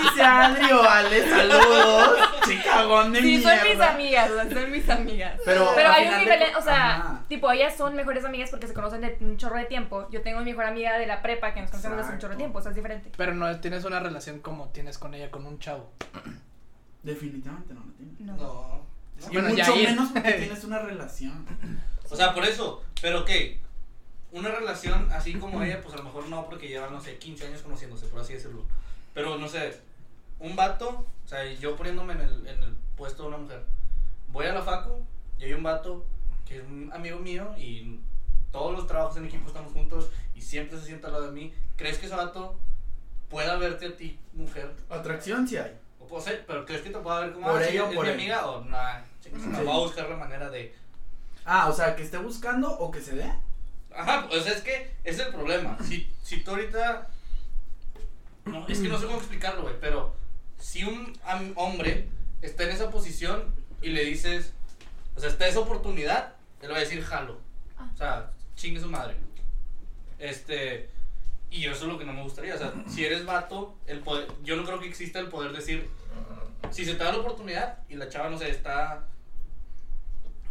si sea Adri o Ale, saludos. Chicagón de
Sí,
mierda.
son mis amigas, o sea, son mis amigas.
Pero,
Pero
al
hay un
final de
nivel,
cu-
o sea,
Ajá.
tipo, ellas son mejores amigas porque se conocen de un chorro de tiempo. Yo tengo mi mejor amiga de la prepa que nos conocemos hace un chorro de
Exacto.
tiempo, o sea, es diferente.
Pero no tienes una relación como tienes con ella, con un chavo.
Definitivamente no lo tiene.
No.
No.
Y
Bueno,
mucho
Yair.
menos porque tienes una relación.
O sea, por eso. Pero qué. Una relación así como ella, pues a lo mejor no, porque llevan, no sé, 15 años conociéndose, por así decirlo. Pero no sé, un vato, o sea, yo poniéndome en el, en el puesto de una mujer, voy a la FACU y hay un vato que es un amigo mío y todos los trabajos en equipo estamos juntos y siempre se sienta al lado de mí. ¿Crees que ese vato pueda verte a ti, mujer?
Atracción sí hay.
O puedo ser, pero ¿crees que te pueda ver como
Por
ah, sí,
ella o
es
por
mi
él.
amiga? O ah, nada,
Sí.
voy a buscar la manera de
Ah, o sea, que esté buscando o que se dé.
Ajá, pues es que ese es el problema. Si, si tú ahorita. No, es que no sé cómo explicarlo, güey, pero si un am- hombre está en esa posición y le dices, o sea, está esa oportunidad, él va a decir jalo. O sea, chingue su madre. Este. Y eso es lo que no me gustaría. O sea, si eres vato, el poder, yo no creo que exista el poder decir, si se te da la oportunidad y la chava, no sé, está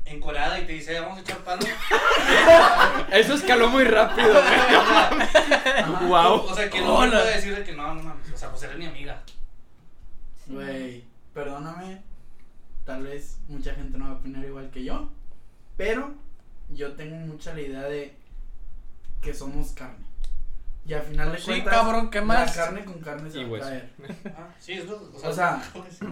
encorada y te dice, vamos a echar palo.
Eso escaló muy rápido, güey.
O sea,
Ajá.
Wow.
O sea, que no
Hola.
puede decir de que no, no mames. O sea, pues eres mi amiga.
Güey, perdóname. Tal vez mucha gente no va a opinar igual que yo. Pero yo tengo mucha la idea de que somos carne. Y al final de
Sí,
cuentas.
cabrón, ¿qué más?
La carne con carne se
Y
va a
hueso.
caer.
Ah, sí, es lo.
O sea,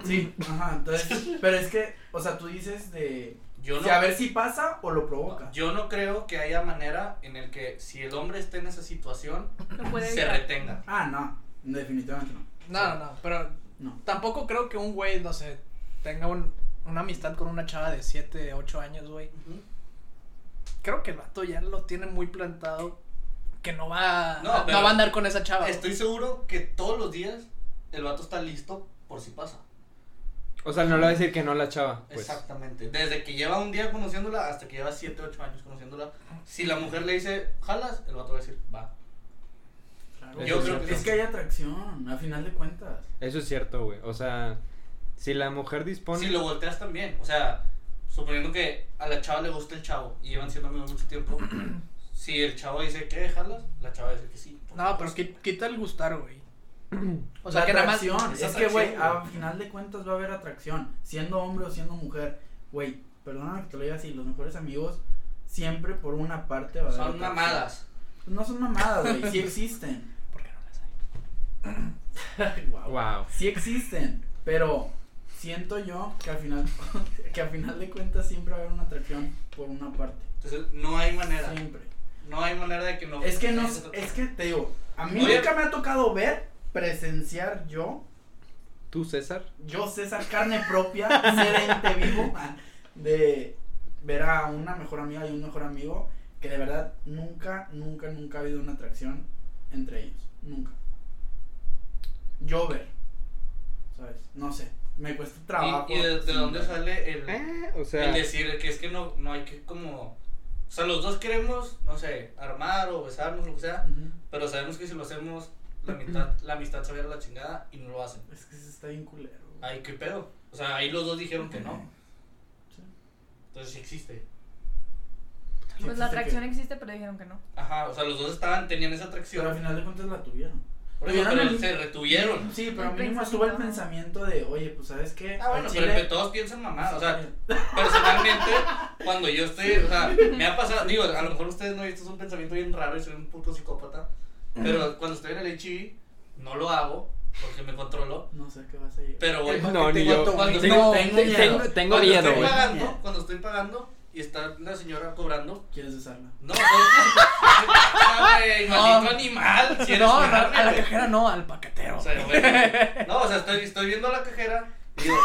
sí, ajá. Entonces, pero es que, o sea, tú dices de.
yo no,
si a ver si pasa o lo provoca.
yo no creo que haya manera en el que si el hombre está en esa situación,
No puede
se
evitar.
retenga.
Ah, no. Definitivamente no.
No, no, no. Pero
No.
tampoco creo que un güey, no sé, tenga un- una amistad con una chava de 7, 8 años, güey. Creo que el vato ya lo tiene muy plantado. Que no va,
No,
no,
pero-
va a andar con esa chava. güey.
Estoy seguro que todos los días el vato está listo por si pasa.
O sea, no le va a decir que no la chava. Pues.
Exactamente. Desde que lleva un día conociéndola hasta que lleva 7, 8 años conociéndola. Si la mujer le dice, jalas, el vato va a decir, va.
Claro.
Yo creo
que
es
sí.
que hay atracción, a final de cuentas.
Eso es cierto, güey. O sea, si la mujer dispone.
Si lo volteas también, o sea, suponiendo que a la chava le gusta el chavo y llevan siendo amigos mucho tiempo, si el chavo dice que dejarlas, la chava dice que sí. por
No, pero
supuesto.
qui- quita el gustar, güey. O
O
sea, que nada más.
atracción.
es
Es, que, güey,
atracción,
a
güey.
final de cuentas va a haber atracción, siendo hombre o siendo mujer. Güey, perdóname que te lo diga así, los mejores amigos siempre por una parte va a haber
son
atracción.
mamadas.
No son mamadas, güey, sí existen.
¿Por qué no las hay?
wow.
Wow.
Sí existen, pero siento yo que al final que al final de cuentas siempre va a haber una atracción por una parte,
Entonces, no hay manera.
siempre.
No hay manera de que no.
Es que no, es que te digo, a mí
Oye.
nunca me ha tocado ver, presenciar yo
¿Tú, César?
yo César carne propia, ser ente vivo, de ver a una mejor amiga y un mejor amigo que de verdad nunca, nunca, nunca ha habido una atracción entre ellos, nunca. Yo ver, ¿sabes? No sé, me cuesta trabajo.
¿Y, y de, de
sí,
dónde
¿verdad?
sale el,
Eh, o sea.
el decir que es que no, no hay que como. O sea, los dos queremos, no sé, armar o besarnos, lo que sea,
Ujú.
pero sabemos que si lo hacemos, la, mitad, la amistad se va a ir a la chingada y no lo hacen.
Es que se está bien culero. güey.
Ay, qué pedo. O sea, ahí los dos dijeron que no.
Sí.
Entonces sí existe.
Sí
Pues
existe
la atracción
que-
existe, pero dijeron que no.
Ajá, o sea, los dos estaban, tenían esa
Pero al
atracción.
final de cuentas la tuvieron.
Por eso,
Tuvieron
pero
el-
se retuvieron.
Sí, pero
El
mínimo estuvo el
pensamiento.
pensamiento de, oye, pues sabes qué.
Ah,
Al
bueno, pero
chile-
que todos piensan mamá. O sea, personalmente, cuando yo estoy, o sea, me ha pasado, digo, a lo mejor ustedes no, y esto es un pensamiento bien raro y soy un puto psicópata. Pero cuando estoy en el HIV, no lo hago porque me controlo.
no sé qué vas a llegar.
Pero
Eh,
voy.
No, ni yo.
Cuando
Tengo,
estoy-
te-
tengo
tengo,
miedo.
tengo
cuando
miedo,
estoy
güey.
pagando, cuando estoy pagando y está la señora cobrando,
¿Quieres besarla?
No, soy- Ah, güey, maldito
No.
animal. Si eres
no,
un
no, a la
árbol,
cajera no, al paquetero.
o sea, güey, no, o sea, estoy, estoy viendo a la cajera y digo,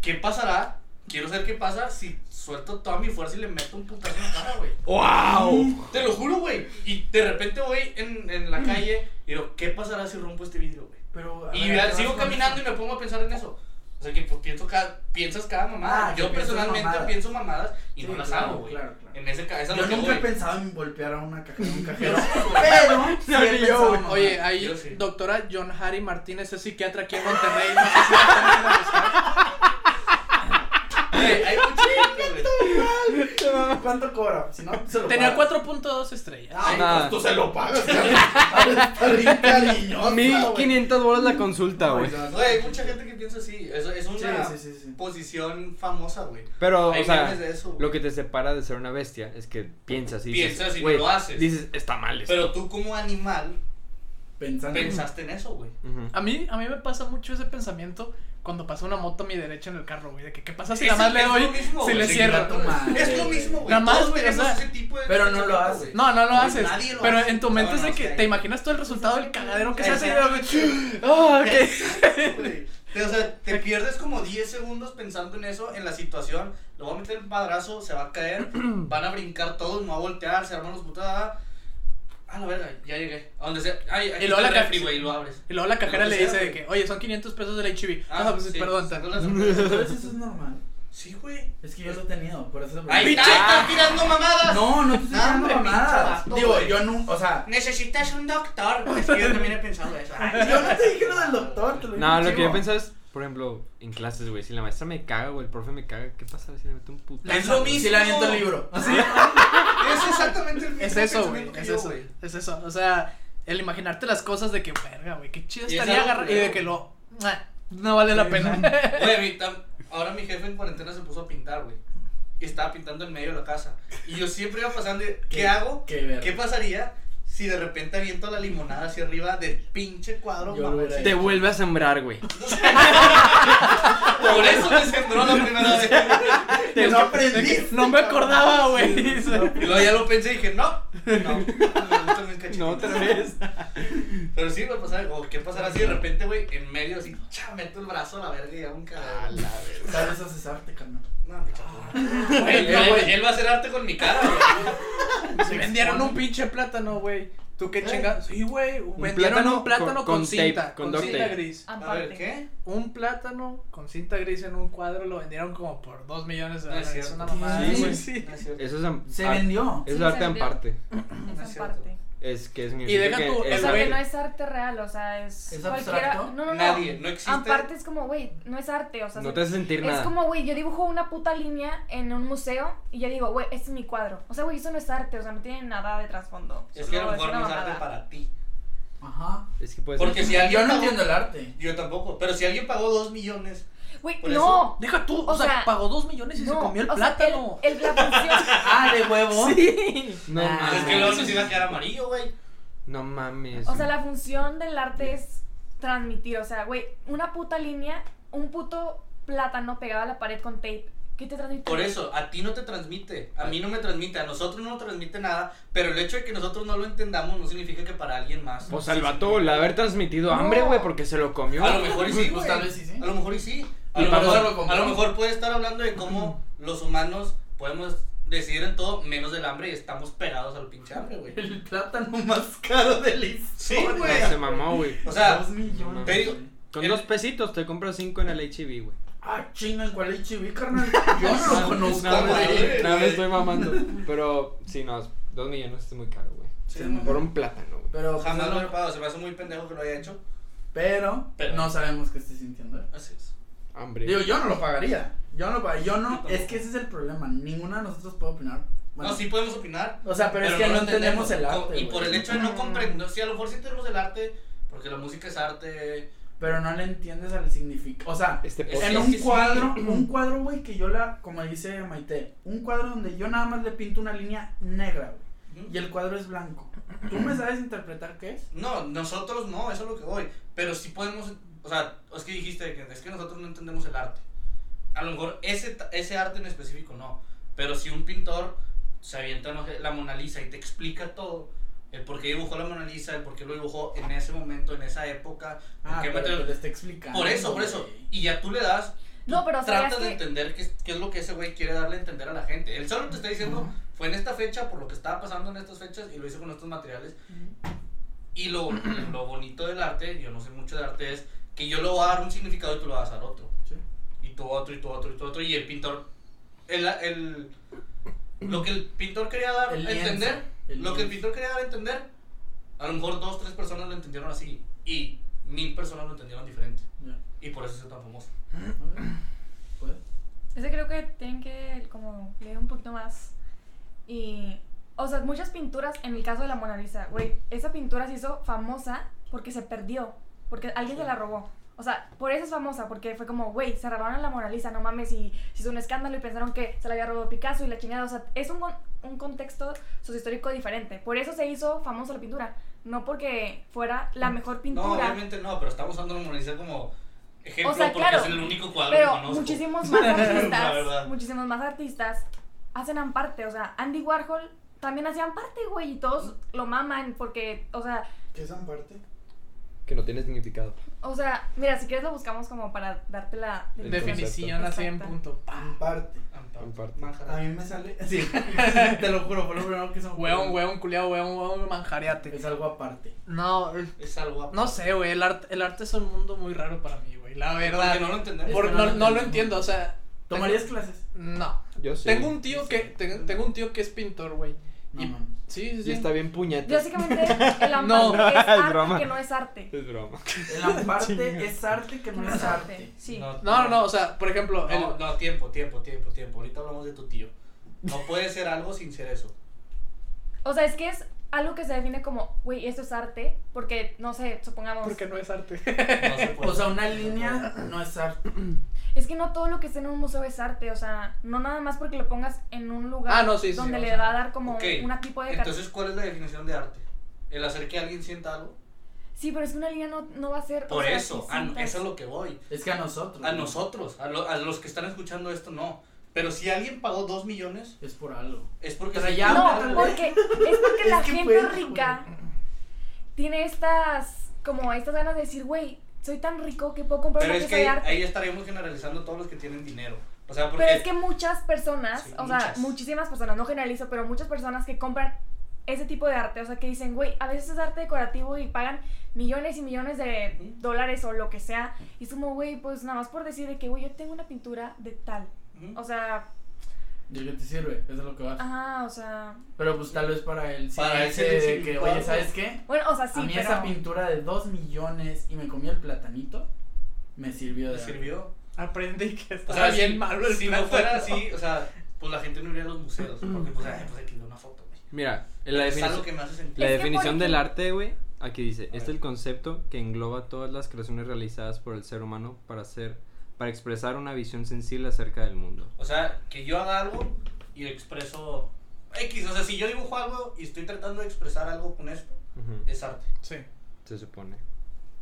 ¿qué pasará? Quiero saber qué pasa si suelto toda mi fuerza y le meto un putazo en la cara, güey.
¡Wow!
Te lo juro, güey. Y de repente voy en, en la calle y digo, ¿qué pasará si rompo este vidrio, güey?
Pero. a
Y
ver,
ya
¿qué
sigo
vas con
caminando y
eso?
me pongo a pensar en eso. O sea, que pues, pienso cada, piensas cada mamada.
Ah,
yo
yo pienso
personalmente
mamadas.
pienso mamadas y
Sí,
no las
claro,
hago, güey.
claro, claro.
En ese cabeza
Yo
lo que
nunca he
voy.
pensado en golpear a una caja, un cajero. pero sí he
ni
pensado,
yo, güey.
mamá.
Oye, ahí
Yo sí.
doctora John Harry Martínez es psiquiatra aquí en Monterrey. No sé si la pueden ir a buscar.
Güey, hay muchos ejemplos, güey.
¿Cuánto cobra? Si no, se lo
Tenía
pagas.
4.2 estrellas.
Ay,
Nah.
pues tú se lo pagas. Está bien cariñosa, güey.
1500 bolas la consulta, güey.
Güey, hay mucha gente que piensa así. Es, es
Sí,
una
sí, sí, sí.
posición famosa, güey.
Pero,
Hay
o sea,
memes de eso, güey.
lo que te separa de ser una bestia es que piensas y dices,
Piensas y no
"Güey",
lo haces.
Dices, está mal esto".
Pero tú como animal
Pensando.
pensaste en eso, güey.
Ujú.
A mí, a mí me pasa mucho ese pensamiento cuando pasa una moto a mi derecha en el carro, güey. De que, ¿qué pasa si
Es-
nada más le
es lo
doy?
mismo,
si
güey,
le
sí,
cierro.
claro, toma.
Es lo mismo, güey.
Nada más,
Todos
güey, o
tenemos
sea,
ese tipo de
pero no lo
pensamiento,
hace.
güey.
No, no lo
Güey,
haces.
nadie lo
Pero
hace.
en tu mente
No,
es
no,
de que
sí,
te
hay-
imaginas todo el resultado del cagadero que se hace.
Exacto.
y- Ah, ok.
güey. Te- O sea, te pierdes como 10 segundos pensando en eso, en la situación. Lo va a meter el padrazo, se va a caer, van a brincar todos, me va a voltear, se arman los putadas. Ah, la verga, ya llegué. A donde sea. Ay, aquí
Y
está
luego la
el
ca-
refri, güey, y lo abres.
Y luego la cajera
Lo que
le
sea,
dice de
güey.
que, oye, son 500 pesos del HB. Ah, pues
sí,
perdón. tal.
sacó la sorpresa.
Entonces eso es normal.
Sí, güey.
Es que yo lo he tenido, por eso.
Ahí está, estás tirando mamadas.
No, no te estoy
Ah,
diciendo
hombre, pinche
mamadas.
vato,
Digo,
güey.
yo no, o sea,
Necesitas un doctor. Es que yo también he pensado eso. Ay,
yo no te dije lo del doctor, te lo dije
No,
un
lo que
chingo.
yo pensaba es, por ejemplo, en clases, güey, si la maestra me caga o el profe me caga, ¿qué pasa si le meto un puto?
Es lo mismo.
Si le aviento el libro.
Ah, Es exactamente el mismo.
Es eso, güey.
pensamiento que
Es
yo,
eso.
güey.
Es eso. O sea, el imaginarte las cosas de que, verga, güey, qué chido
Y es
estaría
algo
agarrar. Y
culero,
de que
güey.
lo. "Ah, No vale la pena.
Güey, mi tam- ahora mi jefe en cuarentena se puso a pintar, güey. Y estaba pintando en medio de la casa. Y yo siempre iba pasando, de, ¿qué,
Qué-
hago?
qué verga.
¿Qué pasaría si de repente aviento la limonada hacia arriba del pinche cuadro?
Yo lo
mamón?
hubiera
Sí.
Te vuelve a sembrar, güey.
Por eso me sembró la primera vez.
Te no aprendí.
No me acordaba, güey.
Y luego ya lo pensé y dije, no, no. me gustan mis cachetitos.
No, otra vez.
Pero sí va a pasar, o qué pasará si de repente, güey, en medio así, cha, meto el brazo a la verga y hago un cagadero.
Sabes haces arte, carnal.
No, no. Güey, él, él va a hacer arte con mi cara, güey.
pues,
Se vendieron un pinche plátano, güey. ¿Tú qué chingas? Sí, güey. Vendieron
¿Eh? plátano
un
con-
plátano con,
con tape,
cinta.
con
Con,
duct
cinta
tape.
gris.
A ver,
Aparte.
¿qué?
Un plátano con cinta gris en un cuadro lo vendieron como por 2 millones de
No es
dólares. es,
cierto.
una mamada.
Sí,
güey.
No es cierto.
Eso es am-
Ah.
Se
ar-
vendió.
Eso es
Sí,
arte
se
en
vendió.
parte.
No
Esa
es cierto.
parte.
Es que es mi
deja
que
tú,
O
el
es
sea, que
güey.
no es arte real, o sea, es,
¿Es
cualquiera.
abstracto?
No, no, no.
Nadie, no existe.
Aparte es como, güey, no es arte, o sea,
No
se-
te hace sentir
es
nada.
como, güey, yo dibujo una puta línea en un museo y yo digo, güey, este es mi cuadro. O sea, güey, eso no es arte, o sea, no tiene nada de trasfondo.
Es que a lo
Solo
mejor
una
no es arte
mamada.
para ti.
Ajá.
Es que puede ser.
Porque si alguien.
Pues Yo no
pagó-
entiendo el arte.
Yo tampoco. Pero si alguien pagó dos millones.
Güey,
Por
no.
Deja tú, o,
O
sea,
sea,
pagó 2 millones y
no,
se comió el
o sea,
plátano.
el- el- la función.
Ah, de huevo.
Sí.
No
Ah,
mames.
pues es que luego se iba a quedar amarillo, güey.
No mames.
O sea, la función del arte es transmitir, o sea, güey, una puta línea, un puto plátano pegado a la pared con tape. ¿Qué te transmite?
Por eso, a ti no te transmite. A mí no me transmite. A nosotros no nos transmite nada. Pero el hecho de que nosotros no lo entendamos no significa que para alguien más.
O
Pues
sea, el vato, el haber transmitido
No.
hambre, güey, porque se lo comió.
A lo mejor y sí,
Pues
güey.
tal vez sí, sí.
A lo mejor y sí. A
Y
lo
para
mejor,
eso lo compró.
a lo mejor puede estar hablando de cómo los humanos podemos decidir en todo menos del hambre y estamos pegados al pinche hambre, güey.
El plátano más caro de la
Sí,
historia.
No,
güey.
se mamó, güey.
O sea,
Dos millones.
te digo-
Con
El-
dos pesitos te compras cinco en el HB, güey.
Ah, chinga, ¿en cuál HB, carnal? Yo no lo
No,
conozco,
no, no,
güey.
no, me estoy mamando. Pero, sí, no, dos millones es muy caro, güey.
sí,
Por un plátano, güey.
Pero, pues,
jamás lo he
pero,
pagado. Se me hace muy pendejo que lo haya hecho. Pero-
pero no sabemos qué esté sintiendo. él.
Así es.
Hambre.
Digo, yo no lo pagaría. Yo no lo pagaría. Yo no.
tampoco.
Es que ese es el problema. Ninguna de nosotros puede opinar. Bueno,
No, sí podemos opinar.
O sea, pero, es que no,
lo
entendemos el
Co-
arte.
Y por
güey.
el hecho de no comprender. Sí, a lo mejor sí entendemos el arte. Porque la música es arte.
Pero no le entiendes al significado. O sea,
este
es-
podcast.
en
sí,
un
sí.
cuadro, un cuadro, güey, que yo la, como dice Maite, un cuadro donde yo nada más le pinto una línea negra, güey. Y el cuadro es blanco. ¿Tú me sabes interpretar qué es?
No, nosotros no, eso es lo que voy. Pero sí podemos, o sea, es que dijiste que es que nosotros no entendemos el arte. A lo mejor ese, ta- ese arte en específico no. Pero si un pintor se avienta no sé, la Mona Lisa y te explica todo, el por qué dibujó la Mona Lisa, el por qué lo dibujó en ese momento, en esa época,
Ah,
en qué
pero
material-
te lo está explicando.
Por eso, por eso.
güey.
Y ya tú le das.
No, pero o sea,
tratas
es
de
que-
entender qué, es- qué es lo que ese güey quiere darle a entender a la gente. Él solo te está diciendo,
Ujú.
fue en esta fecha, por lo que estaba pasando en estas fechas, y lo hizo con estos materiales. Y lo, lo bonito del arte, yo no sé mucho de arte, es que yo le voy a dar un significado y tú le vas a dar otro.
Sí.
tu otro, y tu otro, y tu otro, y el pintor, el, el, lo que el pintor quería dar a
El lienzo,
entender,
el
lo que el
lienzo.
pintor quería dar a entender, a lo mejor dos, tres personas lo entendieron así, y mil personas lo entendieron diferente,
Ya.
y por eso es tan famoso.
A ver, ¿Puede?
Ese creo que tienen que como leer un poquito más. Y, o sea, muchas pinturas, en el caso de la Mona Lisa, güey, esa pintura se hizo famosa porque se perdió, porque alguien se la robó. O sea, por eso es famosa, porque fue como, güey, se robaron la Mona Lisa, no mames, y se hizo un escándalo y pensaron que se la había robado Picasso y la chingada. O sea, es un, con- un contexto sociohistórico diferente. Por eso se hizo famosa la pintura, no porque fuera la mejor pintura.
No, obviamente no, pero estamos usando la Mona Lisa como ejemplo
O sea,
porque
claro,
es el único cuadro que
Pero
conozco.
muchísimos más
La
artistas,
verdad.
muchísimos más artistas hacen parte, o sea, Andy Warhol también hacían parte, güey, y todos lo maman porque, o sea,
¿Qué es parte?
Que no tiene significado.
o sea, mira, si quieres lo buscamos como para darte la
El
Definición así en
Exacto.
punto.
Ah. parte.
Amparte.
A
Manjar.
mí me sale. Sí, te lo juro, fue lo primero que se me ocurrió.
Hueón, hueón, culiao, hueón, hueón, manjariate.
Es algo aparte.
No,
Es algo
no sé, güey, el arte, el arte es un mundo muy raro para mí, güey, la verdad.
Porque no lo entendemos.
Por-
Es que
no,
no lo
no lo
entendemos.
entiendo, o sea.
¿Tomarías clases?
No.
Yo sé.
Tengo un tío
Sí.
que ten- tengo un tío que es pintor, güey.
No,
Y-
no.
Sí, sí, sí.
Y está bien
Yo,
puñeta.
Básicamente el amparo
No,
es,
es
arte
broma.
que no es arte.
Es broma.
El amparte es arte que
que
no es arte.
Sí.
No, no, no, o sea, por ejemplo, el-
No, no, tiempo, tiempo, tiempo, tiempo. Ahorita hablamos de tu tío. No puede ser algo sin ser eso.
O sea, es que es algo que se define como, güey, esto es arte, porque no sé, supongamos
porque no es arte.
No se puede.
O sea, una línea no es arte.
Es que no todo lo que esté en un museo es arte, o sea, no nada más porque lo pongas en un lugar
Ah, no, sí, sí,
donde
o
le
sea,
va a dar como
ok,
un- una tipo de car-
Entonces, ¿cuál es la definición de arte? El hacer que alguien sienta algo.
Sí, pero es que una línea no, no va a ser. o
Por
sea,
eso,
que
a-
sientas-
eso es lo que voy.
Es que a nosotros.
A
¿no?
nosotros, a, lo- a los que están escuchando esto, no. Pero si alguien pagó dos millones,
Es por algo.
es porque.
Pero
se-
ya,
No, porque es porque la
Es que
gente
fue-
rica tiene estas. Como estas ganas de decir, güey, soy tan rico que puedo comprar
Pero
una
es
pieza
que
de pues arte.
ahí estaríamos generalizando todos los que tienen dinero. O sea, porque.
Pero es que muchas personas,
Sí,
o sea,
muchas.
muchísimas personas, no generalizo, pero muchas personas que compran ese tipo de arte, o sea, que dicen, güey, a veces es arte decorativo y pagan millones y millones de
Ujú.
dólares o lo que sea, y es como, güey, pues nada más por decir de que, güey, yo tengo una pintura de tal.
Ujú.
O sea,
¿De qué te sirve? Eso es lo que vas.
ajá, o sea,
Pero pues tal vez para él. sí
Para él
dice
sí, sí,
de que,
claro.
oye, ¿sabes qué?
bueno, o sea, sí,
a mí
pero
esa pintura de 2 millones y me comí el platanito, me sirvió
¿Te
de algo.
sirvió?
Aprendí que
O
está
sea,
bien
si,
malo el
si no
plátano.
fuera así, o sea, pues la gente no iría a los museos. Porque, pues, ay, pues aquí una foto, güey.
Mira, en la
Es algo
definición.
que me hace sentir.
La
Es que
definición
porque-
del arte, güey, aquí dice,
A
es
ver.
el concepto que engloba todas las creaciones realizadas por el ser humano para hacer, para expresar una visión sensible acerca del mundo.
O sea, que yo haga algo y expreso X. O sea, si yo dibujo algo y estoy tratando de expresar algo con esto,
Ujú,
es arte.
Sí.
Se supone.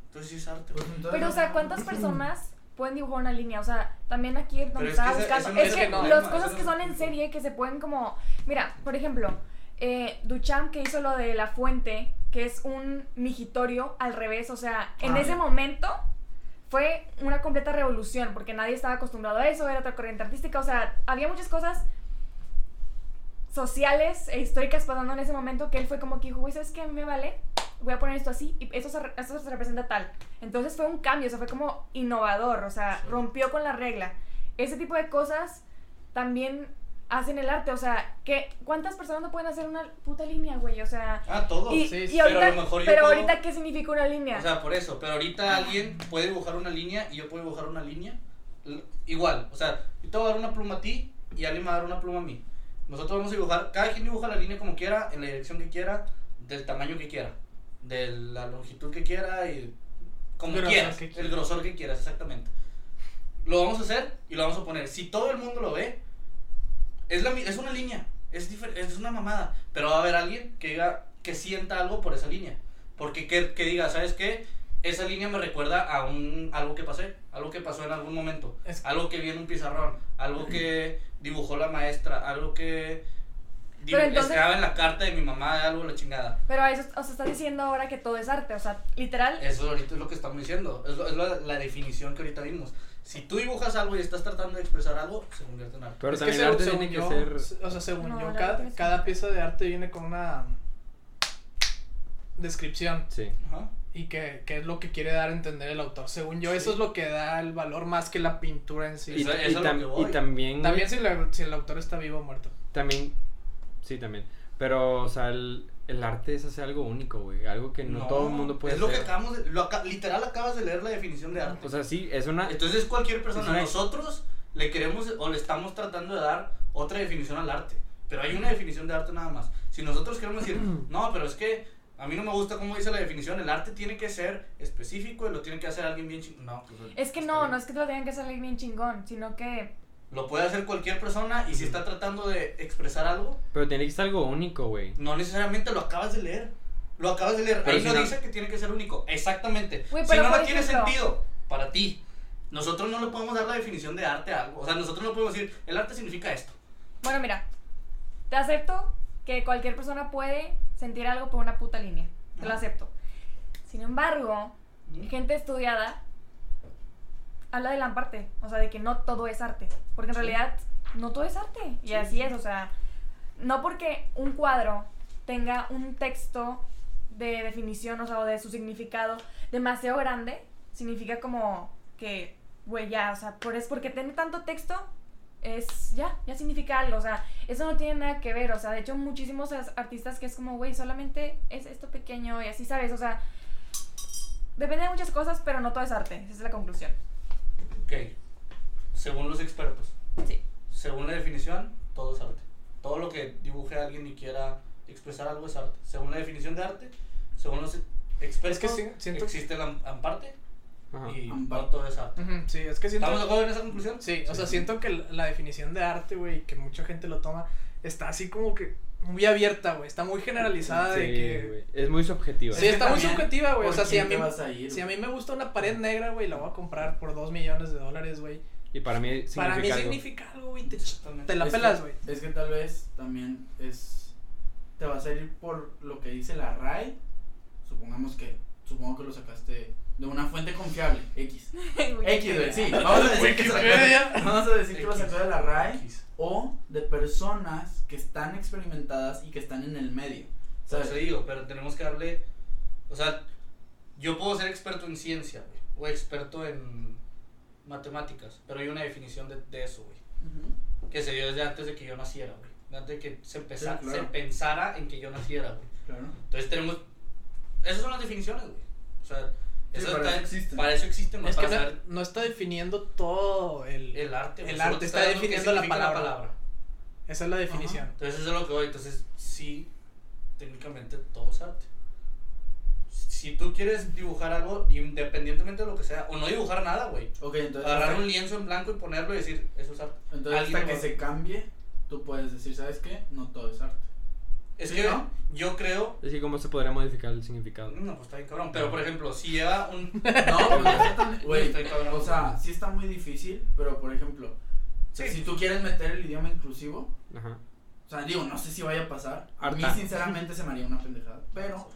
Entonces sí es arte.
Pues,
güey.
entonces-
Pero, o sea, ¿cuántas personas pueden dibujar una línea? O sea, también aquí es
Pero
donde
es
estaba
que ese-
buscando.
eso no
es
es
que
el problema,
las
eso
cosas
no
que
es
son
el
en
punto.
serie que se pueden como... Mira, por ejemplo, eh, Duchamp que hizo lo de la fuente, que es un migitorio al revés. O sea, en
Ah,
ese
ya.
momento fue una completa revolución, porque nadie estaba acostumbrado a eso, era otra corriente artística. O sea, había muchas cosas sociales e históricas pasando en ese momento que él fue como que dijo, güey, ¿sabes qué? Me vale, voy a poner esto así y eso se, re- esto se representa tal. Entonces fue un cambio, o sea, fue como innovador, o sea,
Sí.
rompió con la regla. Ese tipo de cosas también hacen el arte, o sea, que ¿cuántas personas no pueden hacer una puta línea, güey? O sea,
Ah, todo.
y,
sí,
y
sí,
ahorita,
pero a
pero,
lo mejor yo puedo-
ahorita ¿qué significa una línea?
O sea, por eso. Pero ahorita alguien puede dibujar una línea y yo puedo dibujar una línea. L- Igual. O sea, yo te voy a dar una pluma a ti y alguien me va a dar una pluma a mí. Nosotros vamos a dibujar, cada quien dibuja la línea como quiera, en la dirección que quiera, del tamaño que quiera, de la longitud que quiera y como
Grosor
quieras,
que
el
quieras.
grosor que quieras, exactamente. Lo vamos a hacer y lo vamos a poner. Si todo el mundo lo ve, es, la, mi- es una línea, es, difer- es una mamada, pero va a haber alguien que diga, que sienta algo por esa línea. Porque que, que diga, ¿sabes qué? Esa línea me recuerda a un, algo que pasé, algo que pasó en algún momento,
Es-
algo que vi en un pizarrón, algo que dibujó la maestra, algo que digo,
Pero entonces-
estaba en la carta de mi mamá, de algo la chingada.
pero a eso, o sea, estás diciendo ahora que todo es arte, o sea, literal,
Eso ahorita es lo que estamos diciendo, es, lo- es la, la definición que ahorita dimos. Si tú dibujas algo y estás tratando de expresar algo, se convierte en arte.
Pero
Es que
también el
según-
arte
según
tiene
yo,
que ser...
se- O sea, según
No,
yo,
la
cada,
verdad es que-
cada pieza de arte viene con una um, descripción.
Sí.
Ajá.
y que, que es lo que quiere dar a entender el autor. Según yo, eso es lo que da el valor más que la pintura en sí.
Y,
Eso-
y
eso es
tam-
lo que voy.
y también.
También si, la- si el autor está vivo o muerto.
También. Sí, también. Pero, o sea, el, el arte es hacer algo único, güey. Algo que no, todo el mundo puede
Es lo
hacer.
que acabamos de, lo aca- literal acabas de leer la definición de arte.
o sea, sí, es una.
Entonces cualquier persona,
es una-
nosotros le queremos o le estamos tratando de dar otra definición al arte, pero hay una definición de arte nada más. Si nosotros queremos decir, no, pero es que a mí no me gusta cómo dice la definición, el arte tiene que ser específico y lo tiene que hacer alguien bien chingón. No, pues,
Es que
está
no,
bien.
no es que te lo tengan que salir bien chingón, sino que
Lo puede hacer cualquier persona y si está tratando de expresar algo,
Pero tiene que ser algo único, güey.
no necesariamente lo acabas de leer. Lo acabas de leer.
Pero
Ahí
si
no,
no-
dice que tiene que ser único. Exactamente.
Güey,
si
pero
no, no
por
tiene
ejemplo-
sentido para ti. Nosotros no le podemos dar la definición de arte a algo. O sea, nosotros no podemos decir, el arte significa esto.
Bueno, mira, te acepto que cualquier persona puede sentir algo por una puta línea. Te lo
Ajá.
acepto. Sin embargo, gente estudiada habla de la parte, o sea, de que no todo es arte, porque en
Sí.
realidad no todo es arte, y
Sí,
así
sí.
es, o sea, no porque un cuadro tenga un texto de definición, o sea, o de su significado demasiado grande, significa como que, güey, ya, o sea, por, es porque tiene tanto texto, es ya, ya significa algo, o sea, eso no tiene nada que ver, o sea, de hecho muchísimos as- artistas que es como, güey, solamente es esto pequeño y así, ¿sabes? O sea, depende de muchas cosas, pero no todo es arte, esa es la conclusión.
Ok. Según los expertos.
Sí.
Según la definición, todo es arte. Todo lo que dibuje alguien y quiera expresar algo es arte. Según la definición de arte, según los expertos,
Es que sí, siento-
existe la amparte
Ajá.
y
Amparte.
no todo es arte.
Ujú, sí, es que siento...
¿Estamos de acuerdo en esa conclusión?
Sí, o sea, siento que la la definición de arte, güey, que mucha gente lo toma, está así como que muy abierta, güey. Está muy generalizada
Sí,
de que...
güey. Es muy subjetiva.
Sí,
Es que
está muy
también,
subjetiva, güey. O
¿por
sea, si
quién
a, mí,
te vas a ir,
si a mí
güey?
me gusta una pared negra, güey, la voy a comprar por 2 millones de dólares, güey.
Y para mí significa.
Para mí
algo.
significa algo, güey. Te,
Exactamente.
te la
Es que-
pelas, güey.
Es que tal vez también es. Te vas a ir por lo que dice la RAE. Supongamos que. Supongo que lo sacaste de una fuente confiable. X. X, güey, sí. Vamos a decir que, sacó-
Wikipedia.
vamos a decir que lo
X.
sacó de la RAE. O de personas que están experimentadas y que están en el medio.
Por
¿Sabes?
eso digo, pero tenemos que darle. O sea, yo puedo ser experto en ciencia, güey, o experto en matemáticas, pero hay una definición de, de eso, güey,
Ujú.
que se dio desde antes de que yo naciera, güey, de antes de que se, empeza-
Sí, claro.
se pensara en que yo naciera, güey.
Claro.
Entonces tenemos. Esas son las definiciones, güey. O sea,
Sí,
eso
para
está-
eso existen.
para eso existen, güey,
Es que
para
no,
saber
no está definiendo todo el...
el arte. güey,
el
solo
arte
te
está
dando qué
definiendo la
significa
palabra. Esa es la definición.
Entonces eso es lo que voy. Entonces sí, técnicamente todo es arte. Si tú quieres dibujar algo, independientemente de lo que sea, o no dibujar nada, güey.
Ok, entonces.
Agarrar
hasta-
un lienzo en blanco y ponerlo y decir, eso es arte.
entonces,
alguien
hasta que
lo-
se cambie, tú puedes decir, ¿sabes qué? No todo es arte.
Es
Sí,
que
¿no?
yo creo...
Es que, ¿cómo se podría modificar el significado?
No, pues está bien cabrón. Pero, por ejemplo, si lleva un...
No, pero no está tan- güey,
estoy cabrón.
o sea, sí está muy difícil, pero por ejemplo, o sea,
Sí.
si tú quieres meter el idioma inclusivo,
Ajá.
o sea, digo, no sé si vaya a pasar. A mí
Harta.
sinceramente se me haría una pendejada, pero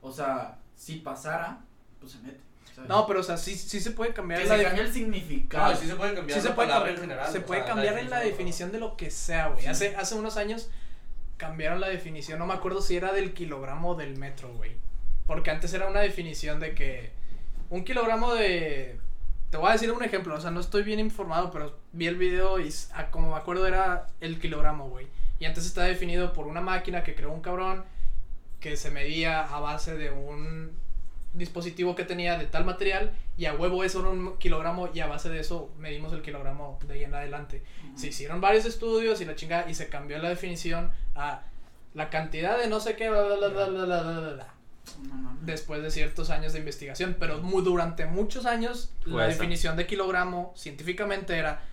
o sea, si pasara, pues se mete. ¿sabes?
No, pero o sea, sí, sí se puede cambiar
que
la
se
de-
cambie el significado.
No, sí se puede cambiar
Sí se
la
puede
palabra
cambiar,
en general.
se
o
puede
sea,
cambiar en la definición de lo que sea, güey.
Sí.
Hace, hace unos años cambiaron la definición, no me acuerdo si era del kilogramo o del metro, güey. Porque antes era una definición de que un kilogramo de... Te voy a decir un ejemplo, o sea, no estoy bien informado, pero vi el video y s- ah, como me acuerdo era el kilogramo, güey. Y antes está definido por una máquina que creó un cabrón que se medía a base de un dispositivo que tenía de tal material y a huevo eso era un kilogramo y a base de eso medimos el kilogramo de ahí en adelante.
Ujú.
Se hicieron varios estudios y la chingada y se cambió la definición a la cantidad de no sé qué, bla, bla, bla, bla, bla, bla, bla, bla, bla,
No, no, no.
después de ciertos años de investigación, pero mu- durante muchos años
Fue
la
esa.
definición de kilogramo científicamente era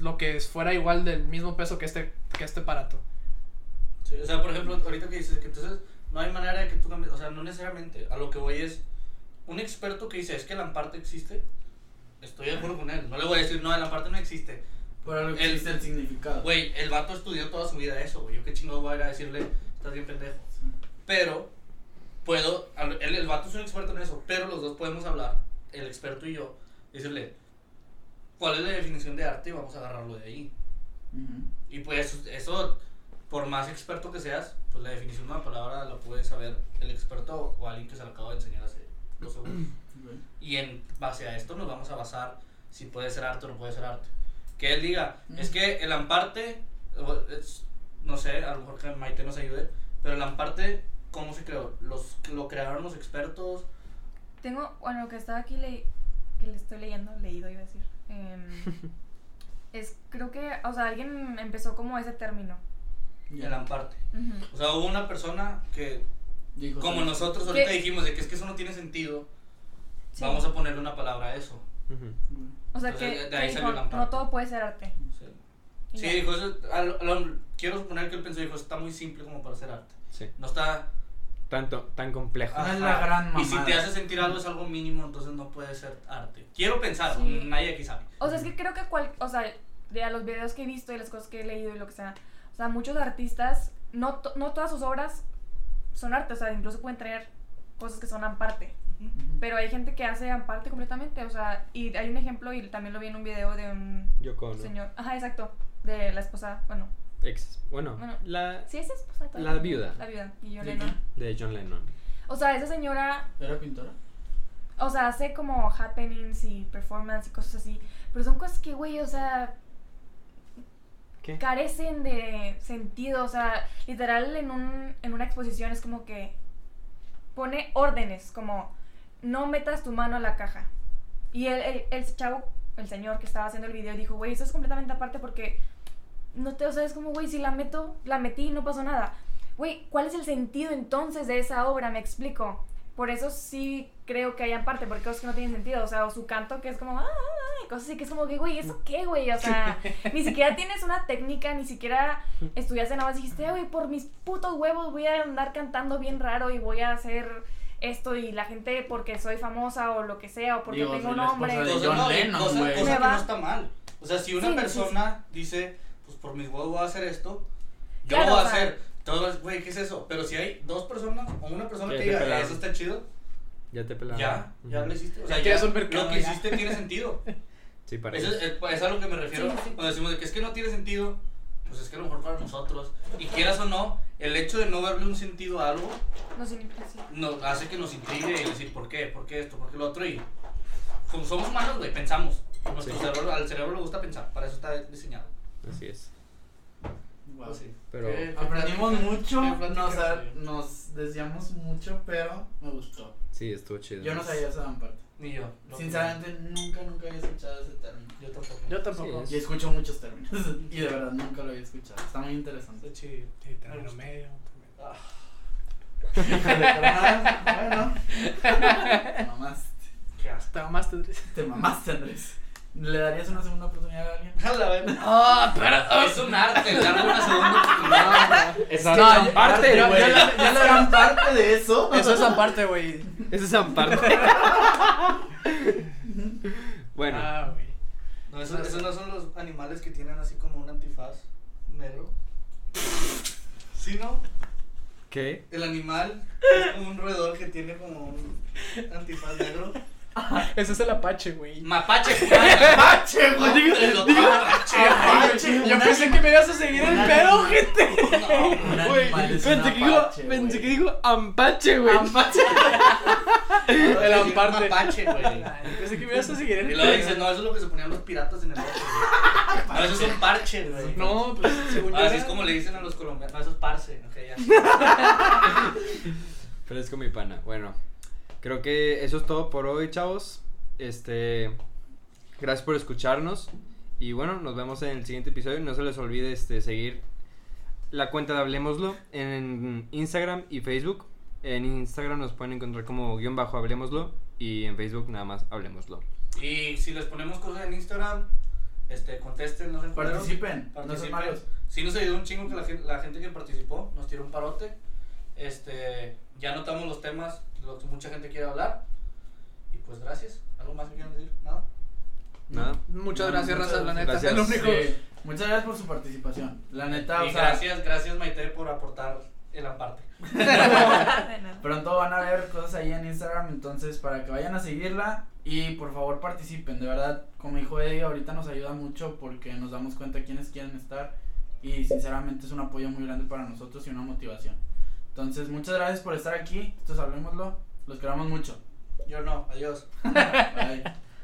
lo que es- fuera igual del mismo peso que este, que este aparato.
Sí, o sea, por ejemplo, ahorita que dices que entonces no hay manera de que tú cambies, o sea, no necesariamente, a lo que voy es, un experto que dice, es que la parte existe, estoy de acuerdo con él, no le voy a decir, no, la parte no existe.
Pero lo que
el-
existe el significado.
Güey, el vato estudió toda su vida eso, güey, yo qué chingado voy a ir a decirle, estás bien pendejo.
Sí.
Pero, puedo, a- el, el vato es un experto en eso, pero los dos podemos hablar, el experto y yo, decirle, ¿cuál es la definición de arte? Y vamos a agarrarlo de ahí.
Ujú.
Y pues eso, por más experto que seas, pues la definición de una palabra la puede saber el experto o alguien que se la acaba de enseñar hace los segundos. Y en base a esto nos vamos a basar si puede ser arte o no puede ser arte. Que él diga,
Mm.
es que el amparte, o es- no sé, a lo mejor que Maite nos ayude, pero el amparte, ¿cómo se creó? Los, ¿Lo crearon los expertos?
Tengo, bueno, lo que estaba aquí le, que le estoy leyendo, leído iba a decir. em, es, creo que, o sea, alguien empezó como ese término.
El amparte.
Ujú.
O sea, hubo una persona que,
Dijo,
como
sí.
nosotros ahorita
¿Qué?
dijimos, de que es que eso no tiene sentido,
Sí.
vamos a ponerle una palabra a eso.
Ujú.
Güey.
O sea,
Entonces,
que,
de ahí
que
salió la
dijo,
parte.
no todo puede ser arte.
Sí.
Y
Sí,
ya.
dijo eso. a lo- a lo- quiero suponer que él pensó, dijo, está muy simple como para hacer arte.
Sí.
No está.
Tanto, tan complejo.
Ah. es la gran
Y si te
mamada.
hace sentir algo es algo mínimo, entonces no puede ser arte. Quiero pensar,
Sí.
nadie aquí sabe.
O sea, es que creo que cual, o sea, de a los videos que he visto y las cosas que he leído y lo que sea, o sea, muchos artistas, no, to- no todas sus obras son arte, o sea, incluso pueden tener cosas que son amparte.
Ujú.
Pero hay gente que hace amparte completamente, o sea, y hay un ejemplo y también lo vi en un video de un
Yoko, ¿no?
señor, ajá, exacto, de la esposa, bueno,
Ex, bueno,
Bueno.
la
sí es esposa todavía?
La viuda.
La viuda, Guillermo
¿De
Lennon.
de John Lennon.
O sea, esa señora
¿Era pintora?
O sea, hace como happenings y performance y cosas así. Pero son cosas que, güey, o sea.
¿Qué?
Carecen de sentido. O sea, literal en, un, en una exposición es como que. Pone órdenes, como. No metas tu mano a la caja. Y el, el, el chavo, el señor que estaba haciendo el video, dijo, güey, eso es completamente aparte porque. No te, o sea, es como, güey, si la meto, la metí y no pasó nada. Güey, ¿cuál es el sentido entonces de esa obra? Me explico. Por eso sí creo que hay aparte, porque cosas que no tienen sentido. O sea, o su canto que es como, ah, ah, ah", cosas así que es como que, güey, ¿eso qué, güey? O sea, ni siquiera tienes una técnica, ni siquiera estudiaste nada más. Dijiste, "Ah, güey, por mis putos huevos voy a andar cantando bien raro y voy a hacer esto y la gente porque soy famosa o lo que sea o porque
Digo,
tengo
soy la
nombre.
esposa de
Cosa-
John
no, y
Lennon,
cosa,
güey.
cosa
Me
que
va.
no está mal. O sea, si una
Sí, sí,
persona dice, pues por mis huevos voy a hacer esto, yo
Claro,
voy a
o sea.
hacer. Todos, güey, ¿qué es eso? Pero si hay dos personas o una persona
Que
que
te
diga,
pelaron.
eso está chido,
Ya te pelaron.
ya, ya
Ujú.
lo hiciste. O
Ya
sea, ya,
quieres un mercado,
lo que
ya.
hiciste tiene sentido.
Sí, parece.
Eso es, es- es a lo que me refiero.
Sí, sí, sí.
Cuando decimos de que es que no tiene sentido, pues es que a lo mejor para nosotros, y quieras o no, el hecho de no verle un sentido a algo
No sé, sí.
nos hace que nos intrigue y decir por qué, por qué esto, por qué lo otro. Y como somos humanos, güey, pensamos. Nuestro
Sí.
cerebro, al cerebro le gusta pensar, para eso está diseñado.
Así es.
Guau.
Pues sí.
Pero
Eh,
Aprendimos mucho,
qué plática,
nos, a-
sí.
nos desviamos mucho, pero me gustó.
sí, estuvo chido.
Yo no sabía esa gran parte.
Ni yo. no
Sinceramente, nunca, nunca había escuchado ese término.
fui. Yo tampoco.
Yo tampoco.
Sí,
Y escucho muchos términos. Y de verdad nunca lo había escuchado. Está muy interesante.
Está
Este
chido.
Sí,
Me
término
gusta.
medio. término-
Ah,
bueno. Te mamaste.
qué asco.
Te mamaste.
Te mamaste, Andrés. ¿Le darías una segunda oportunidad a alguien?
A la verga.
Ah, pero.
Es un arte, darle una segunda oportunidad.
Esa
No, yo-
parte,
yo-
güey.
yo la- yo la-
gran parte de eso.
Eso es aparte, güey.
Esa es Amparte. bueno,
Ah, güey.
No, esos, esos no son los animales que tienen así como un antifaz negro. Sí, ¿no?
¿qué?
El animal es como un roedor que tiene como un antifaz negro.
Ese es el Apache, güey.
Mapache. Mapache,
güey.
Mapache.
ah, Yo pensé que me ibas a seguir el pedo, gente.
Un
Güey,
animal es un
pensé que digo,
apache,
pensé que
Ah,
güey.
digo Ampache, güey.
El
amparte.
Mapache, güey.
Pensé que me ibas a seguir el
Y
pedo.
luego dice, no, eso es lo que se ponían los piratas en el bote. güey". No, eso es un parche, güey.
No, pues según yo.
Ah, Así
era-
es como le dicen a los colombianos. No, eso es parce. Ok, ya.
Fresco mi pana. Bueno, creo que eso es todo por hoy, chavos. Este, gracias por escucharnos y bueno, nos vemos en el siguiente episodio. No se les olvide este seguir la cuenta de Hablemoslo en Instagram y Facebook. En Instagram nos pueden encontrar como guión bajo Hablemoslo y en Facebook nada más Hablemoslo.
Y si les ponemos cosas en Instagram, este, contesten, no se
Participen, no sean malos.
Sí nos ayudó un chingo que la, gen- la gente que participó nos tiró un parote. Este, ya notamos los temas, lo que mucha gente quiere hablar. Y pues gracias. ¿Algo más que quieran decir? Nada.
Nada.
Muchas gracias,
Muchas
Raza, la neta.
gracias.
Es lo único.
Sí. Muchas gracias por su participación. La neta, o
y
sea,
gracias, gracias Maite por aportar el aparte.
De nada.
pronto van a ver cosas ahí en Instagram, entonces para que vayan a seguirla y por favor participen. De verdad, como dijo Eddie, ahorita nos ayuda mucho porque nos damos cuenta quiénes quieren estar y sinceramente es un apoyo muy grande para nosotros y una motivación. Entonces, muchas gracias por estar aquí. Entonces, hablemoslo. Los queremos mucho.
Yo no, adiós. Bye.